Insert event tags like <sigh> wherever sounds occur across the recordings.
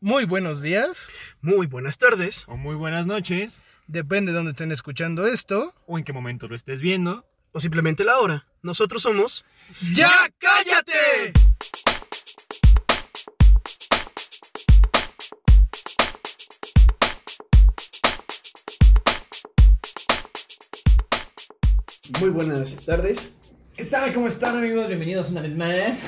Muy buenos días, Muy buenas tardes, O muy buenas noches, depende de dónde estén escuchando esto. o en qué momento lo estés viendo. o simplemente la hora. Nosotros somos... ¡Ya cállate! Muy buenas tardes ¿Qué tal? ¿Cómo están amigos? Bienvenidos una vez más.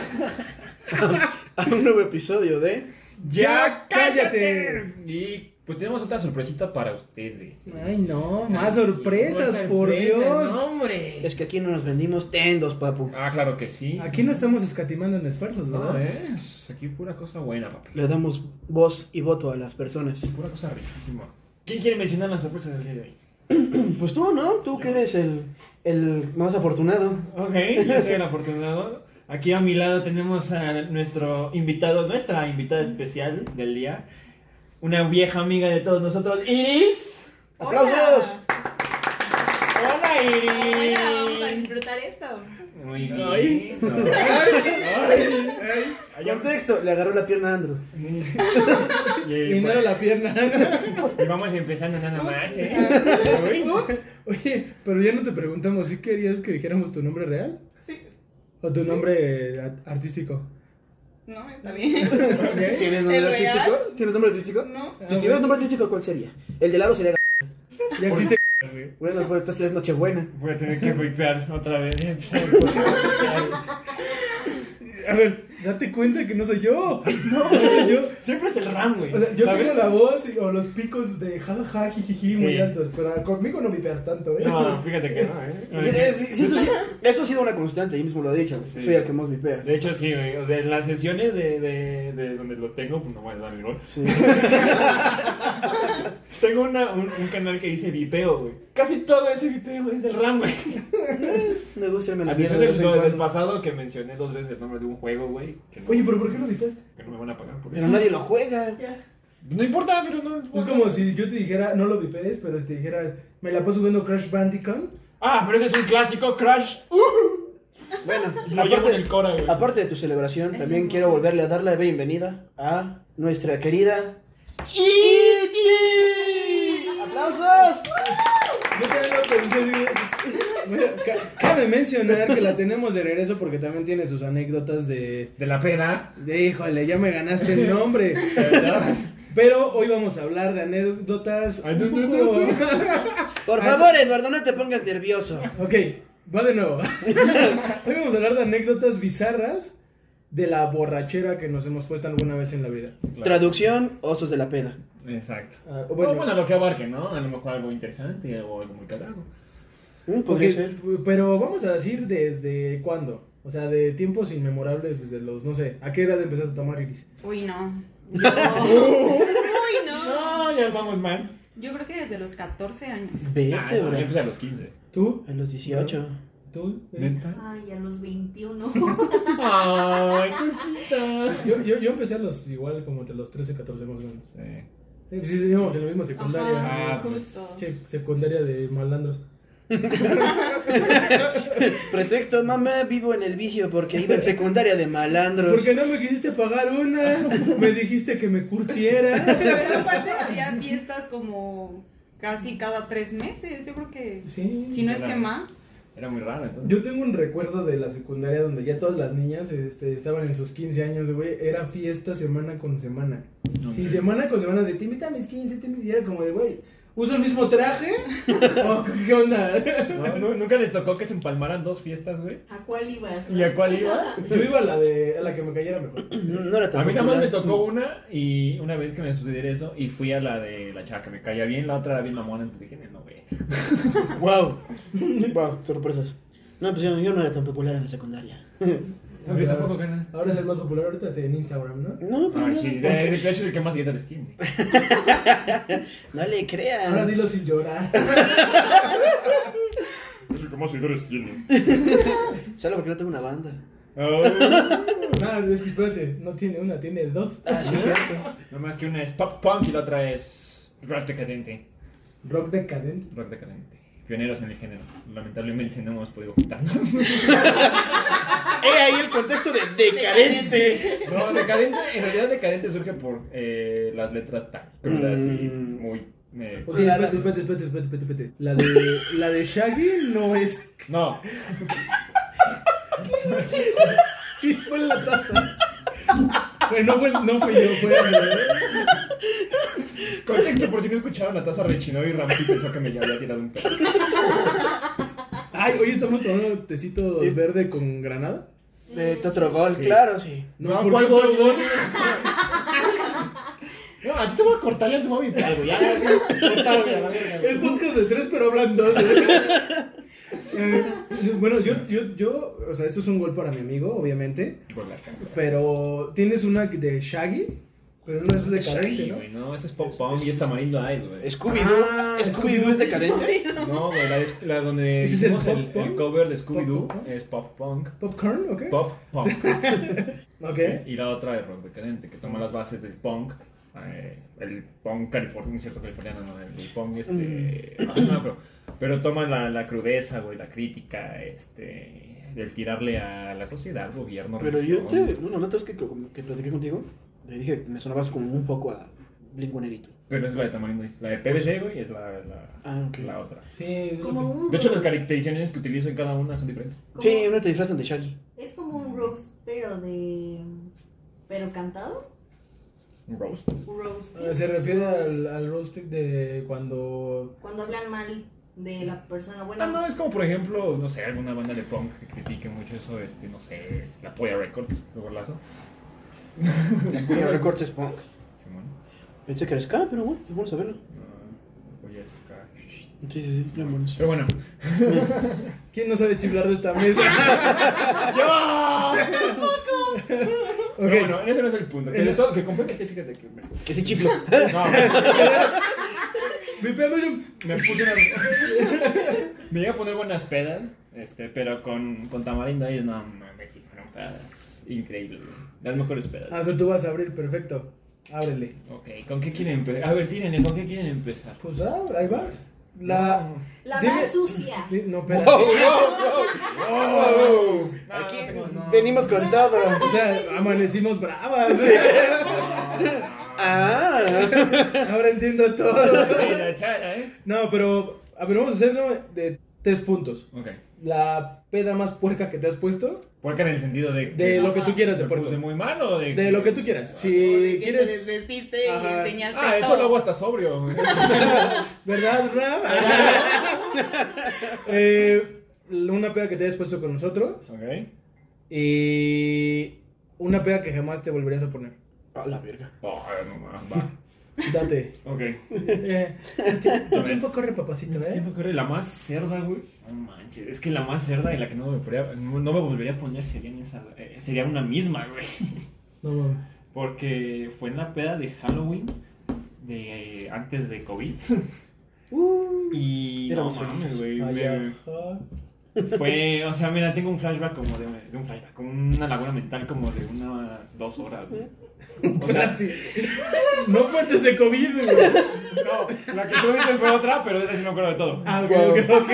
a un nuevo episodio de... ¡Ya cállate! Y pues tenemos otra sorpresita para ustedes. Ay, no, más Así, sorpresas, más por sorpresas, Dios. no, hombre. Es que aquí no nos vendimos tendos, papu. Ah, claro que sí. Aquí no estamos escatimando en esfuerzos, No, ¿verdad? eh, es Aquí pura cosa buena, papi. Le damos voz y voto a las personas. Pura cosa riquísima. ¿Quién quiere mencionar las sorpresas del día de hoy? Pues tú, ¿no? Tú que eres el, el más afortunado. Ok, yo soy el afortunado. Aquí a mi lado tenemos a nuestro invitado, nuestra invitada especial del día. Una vieja amiga de todos nosotros, Iris. Hola. ¡Aplausos! Hola, Iris. Hola, vamos a disfrutar esto. Muy bien. Ay. Contexto, le agarró la pierna a Andrew. Y, Y no pues, era la pierna. y vamos empezando nada más, ¿eh? Uy. Oye, pero ya no te preguntamos, ¿sí querías que dijéramos tu nombre real? Sí. ¿O tu nombre a- artístico? No, está bien. ¿Tienes nombre ¿El artístico? real? ¿Tienes nombre artístico? Ah, No. Si tuvieras nombre artístico, ¿cuál sería? El de Lalo sería. Ya existe. Bueno, pues entonces es Nochebuena. Voy a tener que golpear otra vez. A ver, date cuenta que no soy yo. No, soy yo. Siempre es el ram, güey. O sea, yo ¿sabes? tengo la voz y- o los picos de jajaja, jijiji muy Sí. altos, pero conmigo no vipeas tanto, ¿eh? No, fíjate que no, Sí, ¿eh? eh, sí, sí, eso, sí- eso ha sido una constante, yo mismo lo he dicho. Sí. Soy el que más vipea. De hecho, sí, güey. O sea, en las sesiones de, de, de donde lo tengo, pues no voy a dar el gol. <laughs> Sí. Tengo una, un, un canal que dice vipeo, güey. Casi todo ese vipeo es del ram, güey. Me gusta irme a la A fiesta diferencia de del, vez en cuando. del pasado que mencioné dos veces el nombre de un juego, güey. que no- <laughs> Oye, pero ¿por qué no vipeaste? Que no me van a pagar por Pero eso. nadie lo juega. No importa, pero no. Es como si yo te dijera, no lo vipees, pero te dijera, me la paso jugando Crash Bandicoot. Ah, pero ese es un clásico, Crash. Bueno, Lo llevo en aparte, el Cora, güey. aparte de tu celebración, Es también hermoso. quiero volverle a dar la bienvenida a nuestra querida. ¡Aplausos! Yo también lo pensé, digo, <laughs> bueno, ca- cabe mencionar que la tenemos de regreso porque también tiene sus anécdotas de, De la peda. de híjole, ya me ganaste <laughs> el nombre. Pero hoy vamos a hablar de anécdotas. Ay, un no, no, poco- Ah, Por favor, Eduardo, no te pongas nervioso. <laughs> Ok, va de nuevo. <laughs> Hoy vamos a hablar de anécdotas bizarras de la borrachera que nos hemos puesto alguna vez en la vida. Traducción: Osos de la Peda. Exacto. Ah, Bueno, bueno, lo que abarque, ¿no? A lo mejor algo interesante o algo muy cagado. Mm, Podría Porque- ser. Pero vamos a decir desde cuándo. O sea, de tiempos inmemorables, desde los, no sé, ¿a qué edad empezaste a tomar iris? Uy, no. Uy, no. No, ya vamos mal. Yo creo que desde los 14 años. Ah, no, Vértebra. yo empecé a los 15. ¿Tú? A los 18. ¿Tú? ¿Eh? Ay, a los 21. Ay, cosita. Yo, yo, yo empecé a los, igual como entre los 13, 14 más o menos. Sí. Sí, sí, seguimos en la misma secundaria. Ajá. Ajá, Ah, pues, justo. Sí, secundaria de malandros. <laughs> Pretexto, mamá, vivo en el vicio porque iba en secundaria de malandros. Porque no me quisiste pagar una, me dijiste que me curtiera. Pero aparte había fiestas como casi cada tres meses. Yo creo que. Sí. Si no es que más. Era muy raro, entonces. Yo tengo un recuerdo de la secundaria donde ya todas las niñas este, estaban en sus 15 años, güey. Era fiesta semana con semana. Sí, Ok. semana con semana de te invita a mis 15, te invita era como de, güey, ¿uso el mismo traje? ¿O ¿Qué onda? ¿No? ¿Nu- ¿Nunca les tocó que se empalmaran dos fiestas, güey? ¿A cuál ibas? ¿Y a cuál <laughs> iba? Yo iba a la, de, a la que me cayera mejor. No no era tan A mí nada más me popular. tocó una y una vez que me sucediera eso y fui a la de la chava que me caía bien, la otra era bien mamona, entonces dije, no, güey. <laughs> Wow. Wow, sorpresas. No, pues yo, yo no era tan popular en la secundaria. No, yo tampoco, carnal. Ahora es el más popular ahorita en Instagram, ¿no? No, pero Ay, no, sí, eh. porque- de, de hecho es el que más seguidores tiene. no le Ahora crean. dilo sin llorar. <laughs> Es el que más seguidores tiene. Solo porque no tengo una banda. <laughs> No, es que espérate, no tiene una, tiene dos. Ah, sí, es cierto. no más que una es pop punk y la otra es rock decadente. <laughs> Rock decadente. Rock decadente. pioneros en el género. Lamentablemente no hemos podido juntarnos. <laughs> He ahí el contexto de <laughs> decadente. <laughs> No, decadente, en realidad decadente surge por eh, las letras tan crudas y Mm. muy... eh, Ok, espérate, espérate, espérate, espérate, espérate. La de, la de Shaggy no es. no, Sí, fue en la taza. Güey, no fue, no fue yo, fue. contexto, por si no escucharon, la taza rechinó y Ramsey pensó que me había tirado un pedo. Ay, hoy estamos tomando tecito Es- verde con granada. De otro gol, claro, sí. No, ¿por ¿cuál qué otro gol, gol? <laughs> No, a ti te voy a cortar ya tu mami algo, ya, ya, ya, cortado, ya, la verga. Es podcast de tres, pero hablan dos. ¿eh? <laughs> Eh, bueno, yo, yo, yo, o sea, esto es un gol para mi amigo, obviamente. Por la casa. Pero tienes una de Shaggy, pero no es decadente, Sí, ¿no? güey, no, ese es Pop Pump y es Tamarindo Ice, güey. Scooby-Doo. Ah, Scooby-Doo es decadente. No, güey, la, es- la donde ¿Ese es el hicimos el, Pop Punk? el cover de Scooby-Doo ¿Pop Punk? es Pop Punk. ¿Popcorn? <laughs> ¿Ok? Pop Punk. Ok. Y la otra es rock decadente, que toma las bases del punk. eh, el punk californiano, cierto californiano, no, el, el punk este. Mm. ah, no, pero, pero toma la, la crudeza, güey, la crítica, este. Del tirarle a la sociedad, gobierno, Pero yo religión. te. Bueno, la otra vez que, que, que platiqué contigo, te dije que me sonabas como un poco a Blink-182. Pero es la de Tamarindo, Ice. la de PVC, güey, es la, la, Ah, ok. la otra. Sí, Como un De hecho, las roast. caracterizaciones que utilizo en cada una son diferentes. Como- Sí, una te disfrazan de Shaggy. Es como un roast, pero de. ¿Pero cantado? Un roast. Roast. Eh, Se refiere al, al roasting de cuando. Cuando hablan mal de la persona No, Ah, no, buena. es como por ejemplo, no sé, alguna banda de punk que critique mucho eso, este, no sé, la Polla Records, el golazo. Bueno, Records es punk. Simón. Pensé que era ska, pero bueno, es bueno saberlo. No, Polla es acá. Sí, sí, sí, bien buenos. Pero bueno. ¿Quién no sabe chiflar de esta <laughs> mesa? Pero Ok. bueno, ese no es el punto. Que de todo, que compré que sí, fíjate que me, Que sí chifla. <laughs> no, Vipeando yo. me puse una. me iba a poner buenas pedas, este, pero con, con tamarindo ahí, no mames, sí, fueron pedas increíbles, güey. Las mejores pedas. Ah, o sea, tú vas a abrir, perfecto. Ábrele. Ok, ¿con qué quieren empezar? A ver, tírenle, ¿con qué quieren empezar? Pues ah, ahí vas. La. La Dime- más sucia. Di- No, espérate. Wow, Oh. wow, wow. Aquí <laughs> venimos con todo. O sea, amanecimos bravas. <laughs> Ah, Ahora entiendo todo. Mira, chala, ¿eh? No, pero. A ver, vamos a hacerlo de tres puntos. Ok. La peda más puerca que te has puesto. Puerca en el sentido de. De lo que tú quieras de me puerco. puse muy malo. De, De lo que tú quieras. O Si de que Te quieres. desvestiste Ajá. y enseñaste Ah, eso todo. lo hago hasta <laughs> sobrio. ¿Verdad, Rav? <laughs> Eh, una peda que te hayas puesto con nosotros. ok. Y. Una peda que jamás te volverías a poner. a la verga. Oh, no más, va. Date. <laughs> Ok. Eh, A tu ver. tiempo corre, papacito, ¿Qué ¿eh? me ocurre? La más cerda, güey. No manches. Es que la más cerda y la que no me, podría- no no me volvería a poner sería, en esa, eh, sería una misma, güey. No mames. Porque fue en la peda de Halloween. De, eh, antes de <laughs> COVID. Uh, y. No éramos mames, felices. güey. Ay, me- ajá. <laughs> Fue, o sea, mira, tengo un flashback como de, de un flashback, como una laguna mental como de unas dos horas, güey. O sea, <laughs> No fue antes de COVID, güey. no, la que tú dices fue otra, pero de esa sí me acuerdo de todo. Ah, ok, Wow. ok, <laughs> ok.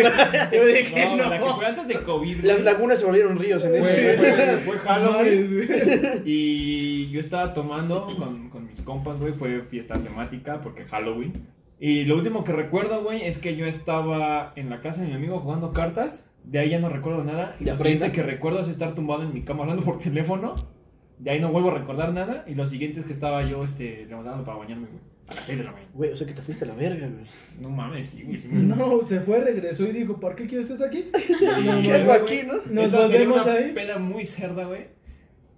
Yo dije, No, no. la que fue antes de COVID, güey, Las lagunas se volvieron ríos en fue, ese. fue, fue Halloween Mames, güey. y yo estaba tomando con, con mis compas, güey, fue fiesta temática porque Halloween. Y lo último que recuerdo, güey, es que yo estaba en la casa de mi amigo jugando cartas, de ahí ya no recuerdo nada. Y ¿De lo siguiente prenda? que recuerdo es estar tumbado en mi cama hablando por teléfono, de ahí no vuelvo a recordar nada. Y lo siguiente es que estaba yo, este, levantando para bañarme, güey, a las 6 de la mañana. Güey, o sea que te fuiste a la verga, güey. No mames, sí, güey. sí me- No, se fue, regresó y dijo, ¿por qué quieres estar aquí? Y- No, ¿Qué güey, hago aquí, no? Nos Esa sería volvemos una ahí. peda muy cerda, güey.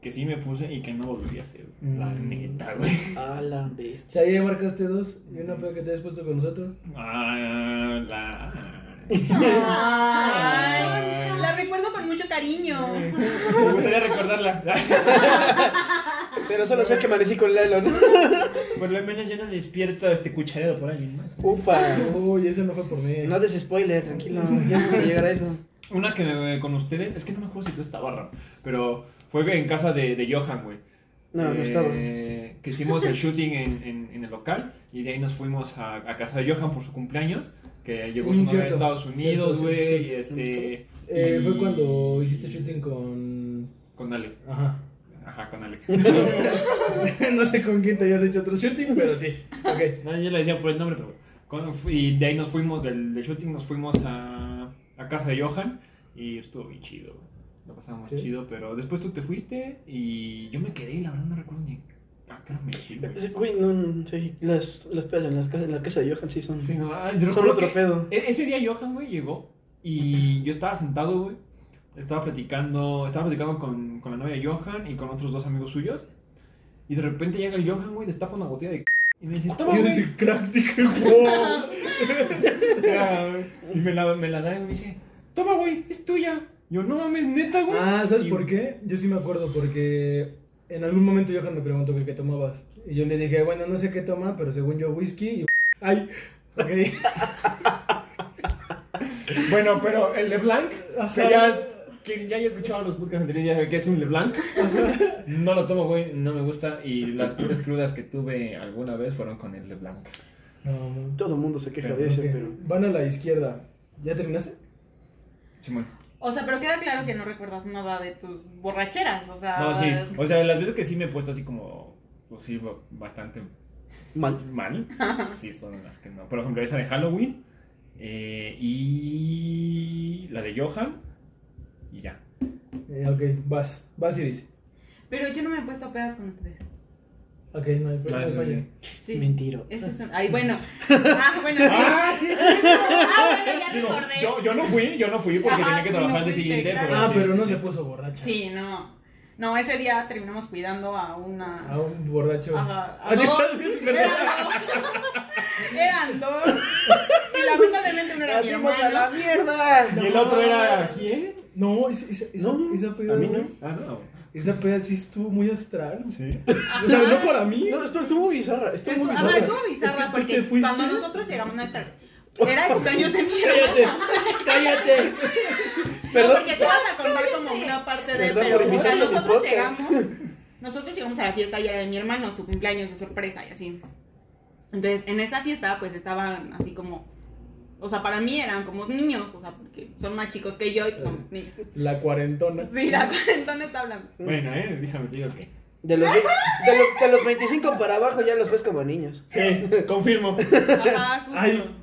Que sí me puse y que no volvería a hacer. güey. La Mm. neta, güey. A la bestia. Si ahí ya marcaste dos y una peda que te hayas puesto con nosotros. Ah, la. Ay, la recuerdo con mucho cariño. <laughs> Me gustaría recordarla. <laughs> Pero solo sé que amanecí con Lalo, ¿no? Por lo menos yo no despierto este cuchareado por alguien más. Upa. Uy, eso no fue por mí. No des spoiler, tranquilo. Ya vamos a llegar a eso. Una que eh, con ustedes, es que no me acuerdo si tú estabas, Ram, pero fue en casa de, de Johan, güey. No, no Eh, estaba. Que hicimos el shooting en, en- en el local y de ahí nos fuimos a, a casa de Johan por su cumpleaños. que llegó su novia de Cierto, Estados Unidos, cierto, güey, cierto, y cierto. este... Eh, y- Fue cuando hiciste shooting con. Con Ale. Ajá. Ajá, con Ale. <laughs> no sé con quién te hayas hecho otro shooting, pero sí. Ok. No, yo le decía por el nombre, pero... cuando fu- y de ahí nos fuimos, del, del shooting nos fuimos a, a casa de Johan y estuvo bien chido, güey. Lo pasamos Sí. chido, pero después tú te fuiste y yo me quedé y la verdad no recuerdo ni... Ah, claro, me fui, güey. Sí, Güey, no, no, sí. Las, las pedas en, las casas, en la casa de Johan sí son. Sí, no, ah, yo Son recuerdo otro que- pedo. E- Ese día Johan, güey, llegó y yo estaba sentado, güey. Estaba platicando, estaba platicando con, con la novia de Johan y con otros dos amigos suyos. Y de repente llega el Johan, güey, destapa una botella de... c- Y me dice, toma, <laughs> Yo güey. de crack dije, <laughs> Ya, güey. Y me la, me la da y me dice, toma, güey, es tuya. Yo, no mames, neta, güey. Ah, ¿sabes Y- por qué? Yo sí me acuerdo porque en algún momento Johan me preguntó que qué tomabas. Y yo le dije, bueno, no sé qué toma, pero según yo, whisky y... <laughs> Ay, <laughs> ok. Bueno, pero el LeBlanc, Ajá. que ya, que ya haya escuchado los podcasts anteriores, ya sabe que es un LeBlanc. No lo tomo, güey, no me gusta. Y las puras crudas que tuve alguna vez fueron con el LeBlanc. <laughs> No, no. Todo el mundo se queja de Ok. eso, pero. Van a la izquierda. ¿Ya terminaste? Simón. O sea, pero queda claro que no recuerdas nada de tus borracheras, o sea... No, sí. O sea, las veces que sí me he puesto así como, pues sí, ba- bastante Mal. mal. Sí, son las que no. Por ejemplo, esa de Halloween. eh, y la de Johan. Y ya. Eh, ok, vas. Vas Iris. Pero yo no me he puesto a pedas con ustedes. Ok, no hay problema. Vale, falla. bien. Sí. Mentiro. Eso es un... Ay, bueno. Ah, bueno. sí. Ah, sí, sí. Ah, bueno, ya Digo, recordé. yo, yo no fui, yo no fui porque Ajá, tenía que tú no trabajar el día fuiste, siguiente. claro. Ah, sí, pero sí, no sí. se puso borracha. Sí, no. No, ese día terminamos cuidando a una... A un borracho. Ajá, a <laughs> Ah, sí, dos. sí, sí, Eran perdón. dos. Eran dos. Y lamentablemente uno era mi ¡Hacemos hermano. a la mierda! Y el otro era. ¿Quién? No, esa, esa, esa, No, esa peda... ¿A mí güey, no? Ah, no. Esa peda sí estuvo muy astral. Sí. O sea, no para mí. No, esto estuvo muy bizarra. Estuvo Estuvo, muy ah, bizarra. estuvo bizarra Es que tú te porque fuiste. cuando nosotros llegamos a estar. Era el cumpleaños de mi hermano. ¡Cállate! ¡Cállate! Perdón. Porque te vas a contar como una parte de. Perdón por Pero o sea, invitarme a mi nosotros podcast. llegamos. <laughs> Nosotros llegamos a la fiesta y era de mi hermano, su cumpleaños de sorpresa y así. Entonces, en esa fiesta, pues estaban así como. O sea, para mí eran como niños, o sea, porque son más chicos que yo y pues Eh. son niños. La cuarentona. Sí, la cuarentona está <laughs> hablando. Bueno, eh, déjame te digo que. De los, ve- de, los, de los 25 para abajo ya los ves como niños. Sí, confirmo. Ajá, justo. Ay.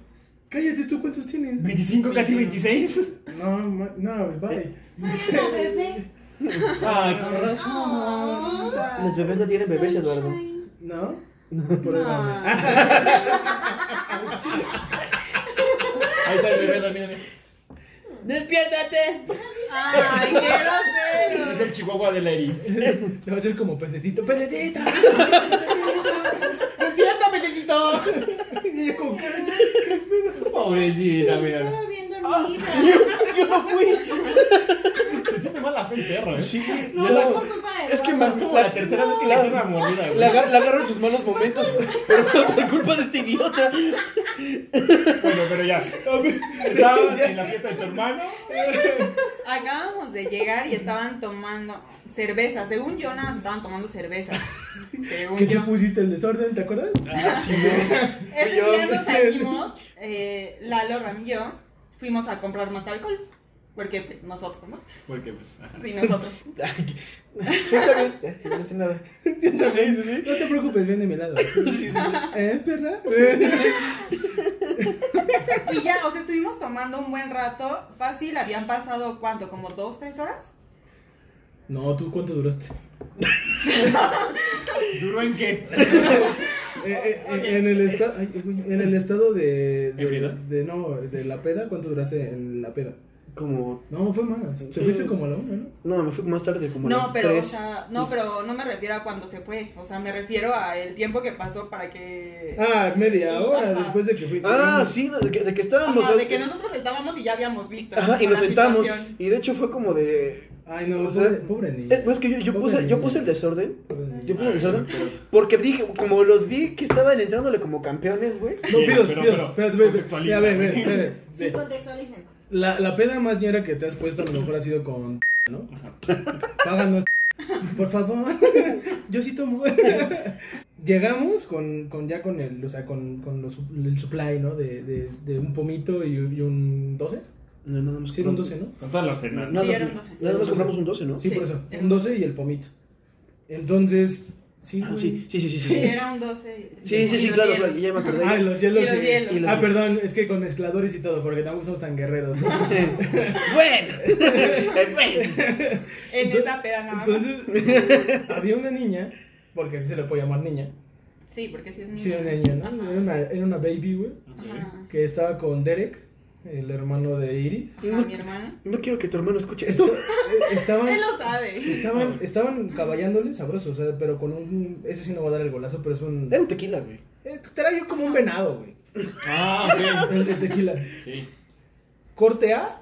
Cállate, ¿tú cuántos tienes? 25, casi 26. No, ma- no, <laughs> bye. Solo bebé. Ay, Ah, con Oh. Los bebés no tienen bebés, Eduardo. Sunshine. ¿No? No, <laughs> por ahí va. Ah. Ahí está el bebé también. también. ¡Despiértate! Ay, qué Es grosero. el chihuahua de Larry. Le va a ser como pececito. ¡Pececito! ¡Despiértame, tetito! Y yo con cara- Pobrecita, mira. Estaba bien Ah. <laughs> dormida. Yo no fui. Te tiene mala fe el perro, eh. No, Por culpa de Es que Eduardo. más Es como Ah, la tercera vez que le la- hace una mordida, Le, güey. agar- le agarro en sus malos momentos, <laughs> pero por culpa de este idiota. Bueno, pero ya. Estabas en la fiesta de tu hermano. Acabamos de llegar y estaban tomando cerveza. Según yo, nada más estaban tomando cerveza. Según Que yo. ya pusiste el desorden, ¿te acuerdas? Ese yo. día nos salimos, eh, Lalo, Ram y yo, fuimos a comprar más alcohol. Porque, pues, nosotros, ¿no? Porque, pues. ajá. Sí, nosotros. Ay, <laughs> sí, está bien. Eh, No hace nada. Sí, sí, sí. No te preocupes, ven de mi lado. ¿Eh, perra? Y ya, o sea, estuvimos tomando un buen rato. Fácil, habían pasado, ¿cuánto? ¿Como dos, tres horas? No, ¿tú cuánto duraste? ¿Duró en qué? Eh, eh, eh, en, el esta- ay, güey, en el estado de... de, ¿Ebriedad? de- no, de la peda, ¿cuánto duraste en la peda? Como. No, fue más. Te Sí. fuiste como a la una, ¿no? No, me fui más tarde, como a no, las pero, tres. Pues- o sea, no, pero no me refiero a cuando se fue. O sea, me refiero a el tiempo que pasó para que. Ah, media hora Ajá. después de que fuiste. Ah, sí, no, de que, de que estábamos. Ajá, de que nosotros estábamos y ya habíamos visto. Ajá, y la nos sentamos. situación. Y de hecho fue como de. Ay, no, O sea, pobre, pobre niña. Eh, pues es que yo, yo, Pobre puse, yo niña. puse el desorden. Pobre niña. Yo puse el Ay, desorden. pero- Porque dije, como los vi que estaban entrándole como campeones, güey. No, Bien, pidos, pero- pidos. pero Espérate, ve, ve, contextualiza, ya, ve, ve, güey. ve, Sí, ve. contextualicen. La, la peda más ñera que te has puesto a lo mejor ha sido con... ¿no? Páganos. Por favor, yo sí tomo. Llegamos con, con ya con el, o sea, con, con los, el supply, ¿no? De, de, de un pomito y, y un 12. No, nada más. Sí, era un 12, ¿no? Con toda la cena. Nada, Sí, era un 12. nada más compramos un 12, ¿no? Sí, Sí, por eso. era Un 12 y el pomito. Entonces, sí, Ah, güey. sí, sí, sí, sí. Sí, Sí, era un 12. sí, sí, sí, Y los claro, hielos. claro, ya me acordé. Ah, y los hielos. Y los sí. hielos. Y los- Ah, perdón, es que con mezcladores y todo, porque tampoco somos tan guerreros. ¿no? En Entonces- esa peda nada más. Entonces, había una niña, porque así se le puede llamar niña. sí, porque sí es niño. Sí, una niña, ¿no? Ajá. Era una, era una baby, güey, Ajá. que estaba con Derek, el hermano de Iris. Ajá, mi hermana. No quiero que tu hermano escuche esto. Eh, <laughs> Estaban, Él lo sabe. estaban, estaban caballándole sabroso, o sea, pero con un... Ese sí no va a dar el golazo, pero es un... Era un tequila, güey. eh, traía como un venado, güey. Ah, ok. El, el tequila. Sí. Corte A.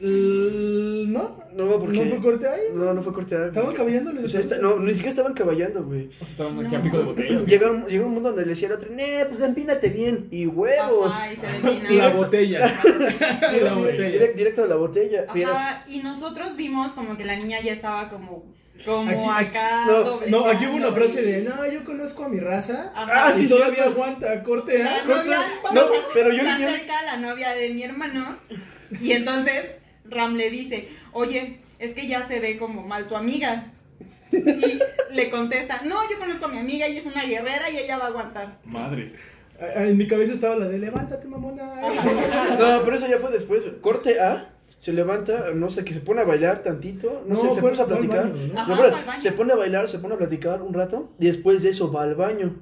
l- ¿No? No, porque. ¿No fue corte A? No, no fue corte A. Estaban caballándole. O sea, esta- no, ni siquiera estaban caballando, güey. Estaban aquí a pico de botella. güey. Llegaron, llegó un mundo donde le decía al otro, "Nee, pues empínate bien. Y huevos. Ajá, y se ventina. La botella. La botella. Direct- directo de la botella. Mira. Ajá, y nosotros vimos como que la niña ya estaba como, como Aquí- acá. Ah, no, doble- No, aquí hubo una frase de, no, yo conozco a mi raza. Ajá. Ah, sí, y todavía cierto. aguanta, corte La A, corte novia, A. No, se acerca- pero yo- se yo- acerca la novia de mi hermano y entonces Ram le dice, oye, es que ya se ve como mal tu amiga. Y le contesta, no, yo conozco a mi amiga y es una guerrera y ella va a aguantar. Madres. A- a- En mi cabeza estaba la de, levántate, mamona. <laughs> Ah, No, pero eso ya fue después. güey. Corte A, se levanta, no sé, que se pone a bailar tantito, no, No, sé, se fue- puso a fue al platicar. baño, ¿no? No, Ajá, espera, fue al baño. se pone a bailar, se pone a platicar un rato, y después de eso va al baño.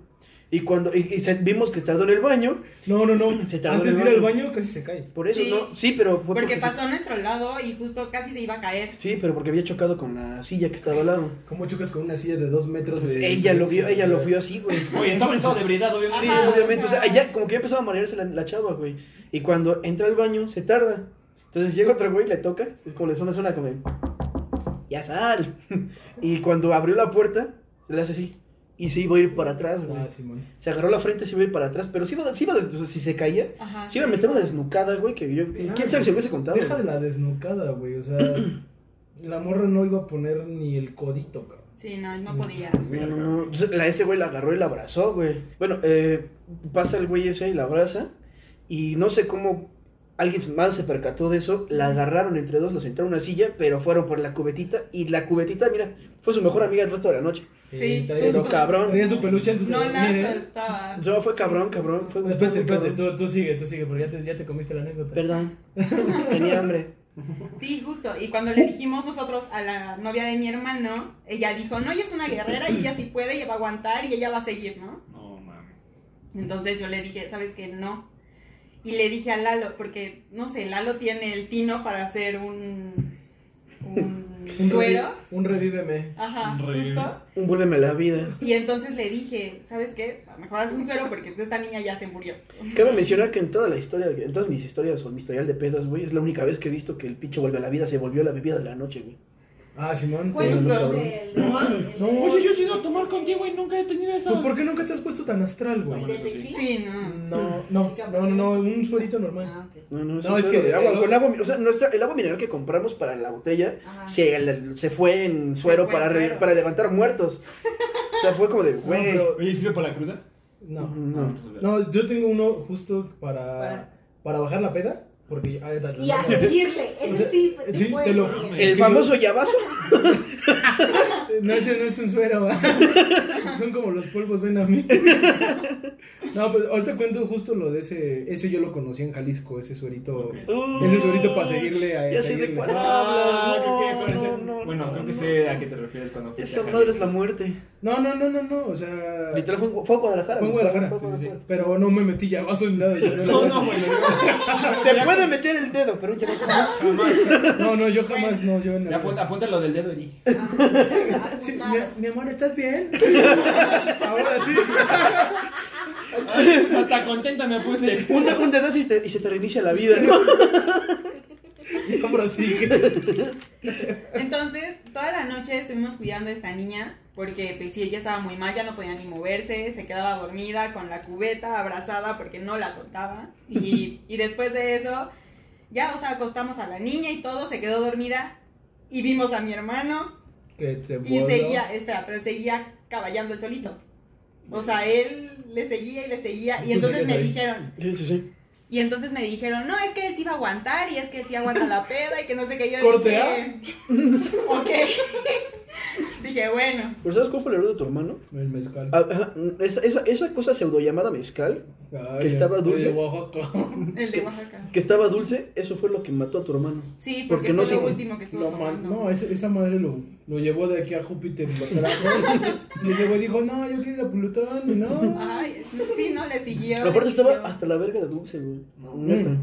Y cuando y, y se- vimos que tardó en el baño, No, no, no. Se tardó Antes en de el ir al baño. baño casi se cae. por eso Sí. no, sí, pero fue Porque se- pasó a nuestro lado y justo casi se iba a caer. sí, pero porque había chocado con la silla que estaba al lado. ¿Cómo chocas con una silla de dos metros? Pues Entonces de Pues ella lo vio, ella lo vio así, güey. Oye, estaba en estado de ebriedad, obviamente. Sí, Ajá, obviamente. O sea, ajá. allá como que ya empezaba a marearse la, la chava, güey. Y cuando entra al baño, se tarda. Entonces llega otro güey, le toca, y como le suena, suena como, ya sal. <laughs> Y cuando abrió la puerta, se le hace así. Y se iba a ir para atrás, güey. Ah, Simón. Se agarró la frente, se iba a ir para atrás. Pero si iba, sí iba, o sea, si se caía, Ajá. se iba a meter una desnucada, güey, que yo, Eh, quién sabe si hubiese contado. Ah, Deja de güey. la desnucada, <clears throat> güey. O sea, la morra no iba a poner ni el codito, cabrón. Eh, Sí, no, Mm. no podía. No, no, no. Entonces, La, ese güey la agarró y la abrazó, güey. Bueno, eh, pasa el güey ese y la abraza. Y no sé cómo alguien más se percató de eso. La agarraron entre dos, la sentaron en una silla, pero fueron por la cubetita. Y la cubetita, mira, fue su mejor amiga el resto de la noche. Sí, traía Pero su- cabrón. Traía su peluche antes de No la dormir, ¿eh? soltaba. No, fue cabrón, cabrón. Fue No, espérate, espérate, tú, tú sigue, tú sigue, porque ya te, ya te comiste la anécdota. Perdón, <laughs> tenía hambre. Sí, justo. Y cuando le dijimos nosotros a la novia de mi hermano, ella dijo, no, ella es una guerrera y ella sí puede, ella va a aguantar y ella va a seguir, ¿no? No, mames. Entonces yo le dije, ¿sabes qué? No. Y le dije a Lalo, porque, no sé, Lalo tiene el tino para hacer un, un Un suero. revi- Un revíveme. Ajá, Un revive. justo. Un vuélveme la vida. Y entonces le dije, ¿sabes qué? A lo mejor haz un suero porque pues, esta niña ya se murió. Cabe mencionar que en toda la historia, en todas mis historias o mi historial de pedas, güey, es la única vez que he visto que el pinche vuelve a la vida se volvió la bebida de la noche, güey. Ah, Simón. ¿Cuál No, es el cabrón. del- No, el- oye, yo sí ido a tomar contigo y nunca he tenido ¿Tú por qué nunca te has puesto tan astral, güey? el de tequila? Sí, no. No, no, no, no, no, un suerito normal. Ah, ok. No, no, No, es es que que de agua, el- con agua, o sea, nuestra, el agua mineral que compramos para la botella Ajá. se, el- se fue en suero Ah. fue para, en re- suero. para levantar muertos. O sea, fue como de, güey. pero- Oye, ¿sirve para la cruda? Ah, No, no. no, yo tengo uno justo para, Para. para bajar la peda, porque... ah, ta- ta- Y a seguirle, O ese sea, sí, sí, te puede te lo- seguir. El Es que famoso llavazo. No, ese no es un suero. <laughs> Son como los polvos, ven a mí. <laughs> No, pues ahorita cuento justo lo de ese. Ese yo lo conocí en Jalisco, ese suerito. Ok. Ese suerito para seguirle a Ya sé Uh. de seguirle. cuál Ah, hablas. creo que No, con ese- no, no, bueno, no, creo que no. sé a qué te refieres cuando fuiste Esa a madre es la Jalisco. muerte. No, no, no, no, no. O sea. Literal fue, en- fue en Guadalajara. Fue en Guadalajara, en sí, Guadalajara. Pero no me metí ya, vaso ni nada. Yo no, No, era no, vaso. güey. Se puede meter el dedo, pero un llavazo más. no, no, yo jamás, no, yo en Ya apunta, apunta lo del dedo, Eri. Sí, mi, mi amor, ¿estás <laughs> bien? Ahora sí. Hasta contenta me puse. Un, un dedazo y, te- y se te reinicia la vida, ¿no? <laughs> Ahora sí. Entonces, toda la noche estuvimos cuidando a esta niña, porque pues sí, ella estaba muy mal, ya no podía ni moverse, se quedaba dormida con la cubeta abrazada porque no la soltaba. Y, y después de eso, ya, o sea, acostamos a la niña y todo, se quedó dormida y vimos a mi hermano. Que te Y voló. seguía, espera, pero seguía caballando el solito. O sea, él le seguía y le seguía. Y Tú entonces seguías me ahí. dijeron, Sí, sí, sí. y entonces me dijeron, no, es que él sí va a aguantar y es que él sí aguanta la peda y que no sé qué. Yo Corte dije, <laughs> ok. <laughs> dije, bueno. ¿Pero sabes cuál fue el error de tu hermano? El mezcal. Ah, ajá, esa, esa, esa cosa pseudo llamada mezcal, Ay, que estaba el- dulce. el Oaxaca. El de Oaxaca. que estaba dulce, eso fue lo que mató a tu hermano. Sí, Porque porque, no fue lo se- último <laughs> que estuvo Lo man- tomando. no, ese- esa madre lo, lo llevó de aquí a Júpiter. lo trajo. <laughs> y ese güey dijo, no, yo quiero ir a Plutón. y no. Ay, sí, no, le siguió. Pero le aparte siguió. estaba hasta la verga de dulce, güey. Neta.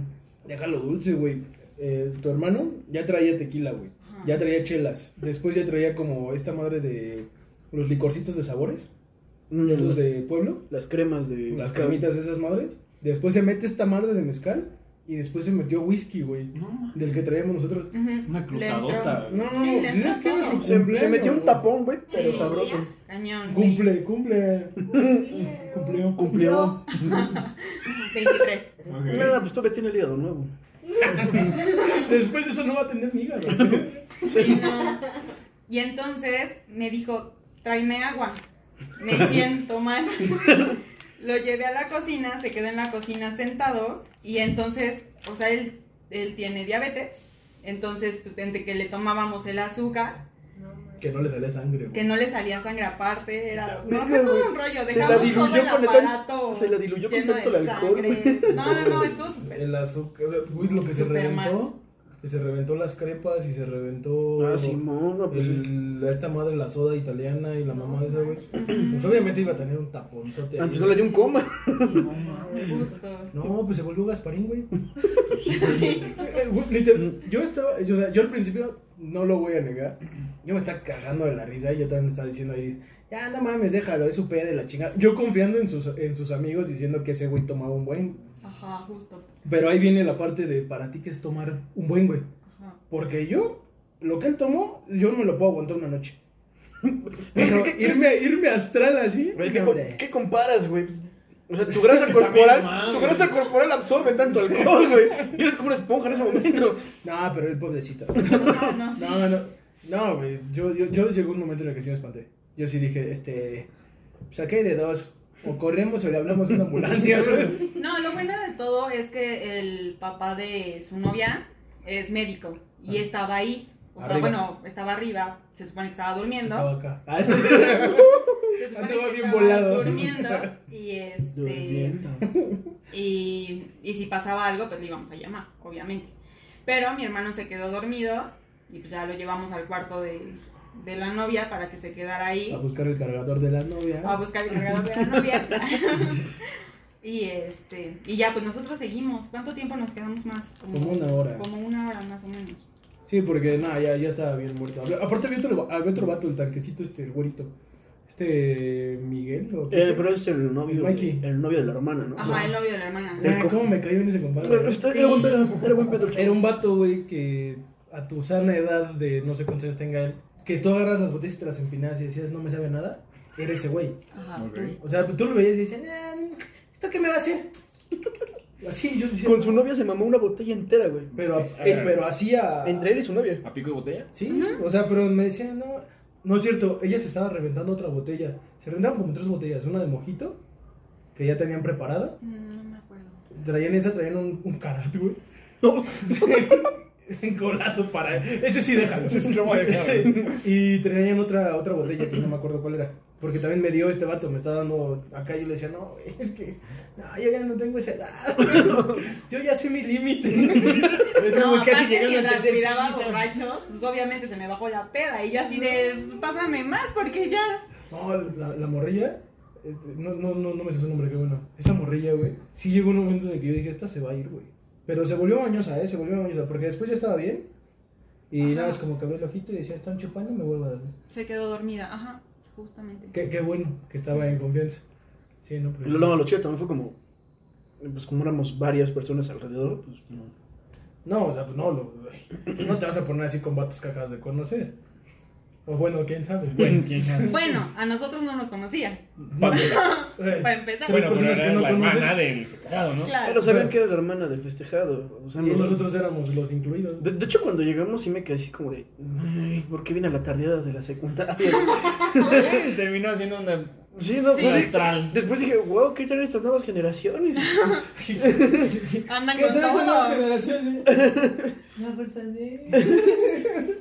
Déjalo dulce, güey. Eh, tu hermano ya traía tequila, güey. Ajá. Ya traía chelas. Después ya traía como esta madre de los licorcitos de sabores, Mm, los de pueblo, Las cremas de... las mezcal. cremitas de esas madres. Después se mete esta madre de mezcal y después se metió whisky, güey, del que traíamos nosotros. Ujú. Una Le entró. cruzadota. güey. No, no, Sí, no, le tienes entró que era su todo. Se, cumpleaños, se metió un güey. tapón, güey, pero Sí, sabroso. Cañón. güey. Cumple, cumple. Cumplió, Cumplió. 23. Nada, pues todavía tiene el hígado nuevo. Después de eso no va a tener mi hígado. Y no. Y entonces me dijo, tráeme agua. Me siento mal. Lo llevé a la cocina, se quedó en la cocina sentado y entonces, o sea, él, él tiene diabetes. Entonces, pues entre que le tomábamos el azúcar, <laughs> que no le sale sangre, güey. que no le salía sangre aparte, era La no, fue verga, todo güey. un rollo, Se la dejamos todo diluyó el con el tan- aparato se la diluyó con lleno de tanto el alcohol, <laughs> Ah, sangre. No, no, no, esto es El azúcar, güey, lo que se Superman. reventó, que se reventó las crepas y se reventó Ah, Simón, no, pues sí. el- esta madre, la soda italiana y la mamá de esa, güey. Pues obviamente iba a tener un taponzote. ahí, Antes no le dio un coma. <laughs> justo. No, pues se volvió <laughs> Gasparín, güey. Sí. Eh, güey, literal, Mm. yo estaba, yo, o sea, yo al principio no lo voy a negar. Yo me estaba cagando de la risa y yo también me estaba diciendo ahí, ya no mames, déjalo, es su peda de la chingada. Yo confiando en sus, en sus amigos diciendo que ese güey tomaba un buen. Ajá, justo. Pero ahí viene la parte de para ti que es tomar un buen, güey. Ajá. Porque yo, lo que él tomó, yo no me lo puedo aguantar <laughs> una noche. Pero irme, irme astral así. Güey, ¿qué, no, co- hombre. qué comparas, güey? O sea, <laughs> tu grasa corporal, mames. tu grasa corporal absorbe tanto alcohol, güey. Y eres como una esponja en ese <laughs> momento. No, pero el pobrecito. No, no, sí. No, no, no, güey. Yo, yo, yo llegó un momento en el que sí me espanté. Yo sí dije, este. Saqué de dos. O corremos o le hablamos a una ambulancia. güey. No, lo bueno de todo es que el papá de su novia es médico y Ah. estaba ahí. O sea, Arriba. bueno, estaba arriba, se supone que estaba durmiendo. Estaba acá. se supone que Andaba bien estaba volado. <laughs> durmiendo y este y, y si pasaba algo, pues le íbamos a llamar, obviamente. Pero mi hermano se quedó dormido y pues ya lo llevamos al cuarto de, de la novia para que se quedara ahí A buscar el cargador de la novia. a buscar el cargador de la novia. <laughs> y este, y ya pues nosotros seguimos. ¿Cuánto tiempo nos quedamos más? Como una hora. Como una hora más o menos. Sí, porque nada, ya, ya estaba bien muerto. Había- Aparte había otro, había otro vato, el tanquecito, este, el güerito. Este. Miguel. ¿o qué? Eh, pero es el novio, El Mikey. de- el novio de la hermana, ¿no? Ajá, el novio de la hermana. Ah, ¿Cómo me cayó en ese Pero compadre? está- Era buen pedo, era buen pedo. Era un vato, güey, que a tu sana edad de no sé cuántos años tenga él, que tú agarras las botellas y te las empinas y decías, no me sabe a nada, era ese güey. Ajá. Ok. pues, O sea, tú lo veías y decías, "Ah, ¿esto qué me va a hacer? Así, yo decía. Con su novia se mamó una botella entera, güey. Pero, a- eh, pero hacía. Entre él y su novia. ¿A pico de botella? Sí, o sea, pero me decían, no, no es cierto, ella se estaba reventando otra botella. Se reventaban como tres botellas, una de mojito, que ya tenían preparada. mm, No me acuerdo. Traían esa, traían un, un karat, güey. <laughs> No. Golazo para él. Ese sí déjalo. Ese sí lo voy a dejar. Ese- Y traían otra, otra botella que no me acuerdo cuál era. Porque también me dio este vato, me estaba dando acá y yo le decía, no, güey, es que no, yo ya no tengo esa edad. <laughs> Yo ya sé <laughs> mi límite. No, Estamos casi aparte llegando al mientras tercer cuidaba piso. borrachos, pues obviamente se me bajó la peda y yo así de, pásame más porque ya. No, la, la morrilla, este, no, no, no, no me sé su nombre, qué bueno. Esa morrilla, güey, sí llegó un momento en el que yo dije, esta se va a ir, güey. Pero se volvió mañosa, ¿eh? Se volvió mañosa, porque después ya estaba bien. Y nada más como que abrió el ojito y decía, están chupando, me vuelvo a dormir. Se quedó dormida, ajá, justamente. Qué, qué bueno que estaba en confianza. Sí, no, pues, pero... Y lo, lo chido también fue como. Pues como éramos varias personas alrededor, pues no. No, o sea, pues no, lo- ay, no te vas a poner así con vatos que acabas de conocer. O bueno, quién sabe. Bueno, quién sabe. Bueno, a nosotros no nos conocía. Pamela. Eh, Para empezar. Tres Bueno, pero personas que era no la hermana conocen. del festejado, ¿no? Claro. Pero sabían que eres la hermana del festejado. O sea, Ah, Y nos- nosotros éramos los incluidos. De, de hecho, cuando llegamos sí me quedé así como de, ay, ¿por qué viene la tardeada de la secundaria? <laughs> Sí, <laughs> terminó haciendo una sí, no, Sí. pues, sí. astral. Después dije, wow, ¿qué tal estas nuevas generaciones? <laughs> Andan ¿Qué con tal esas nuevas todo. generaciones? No,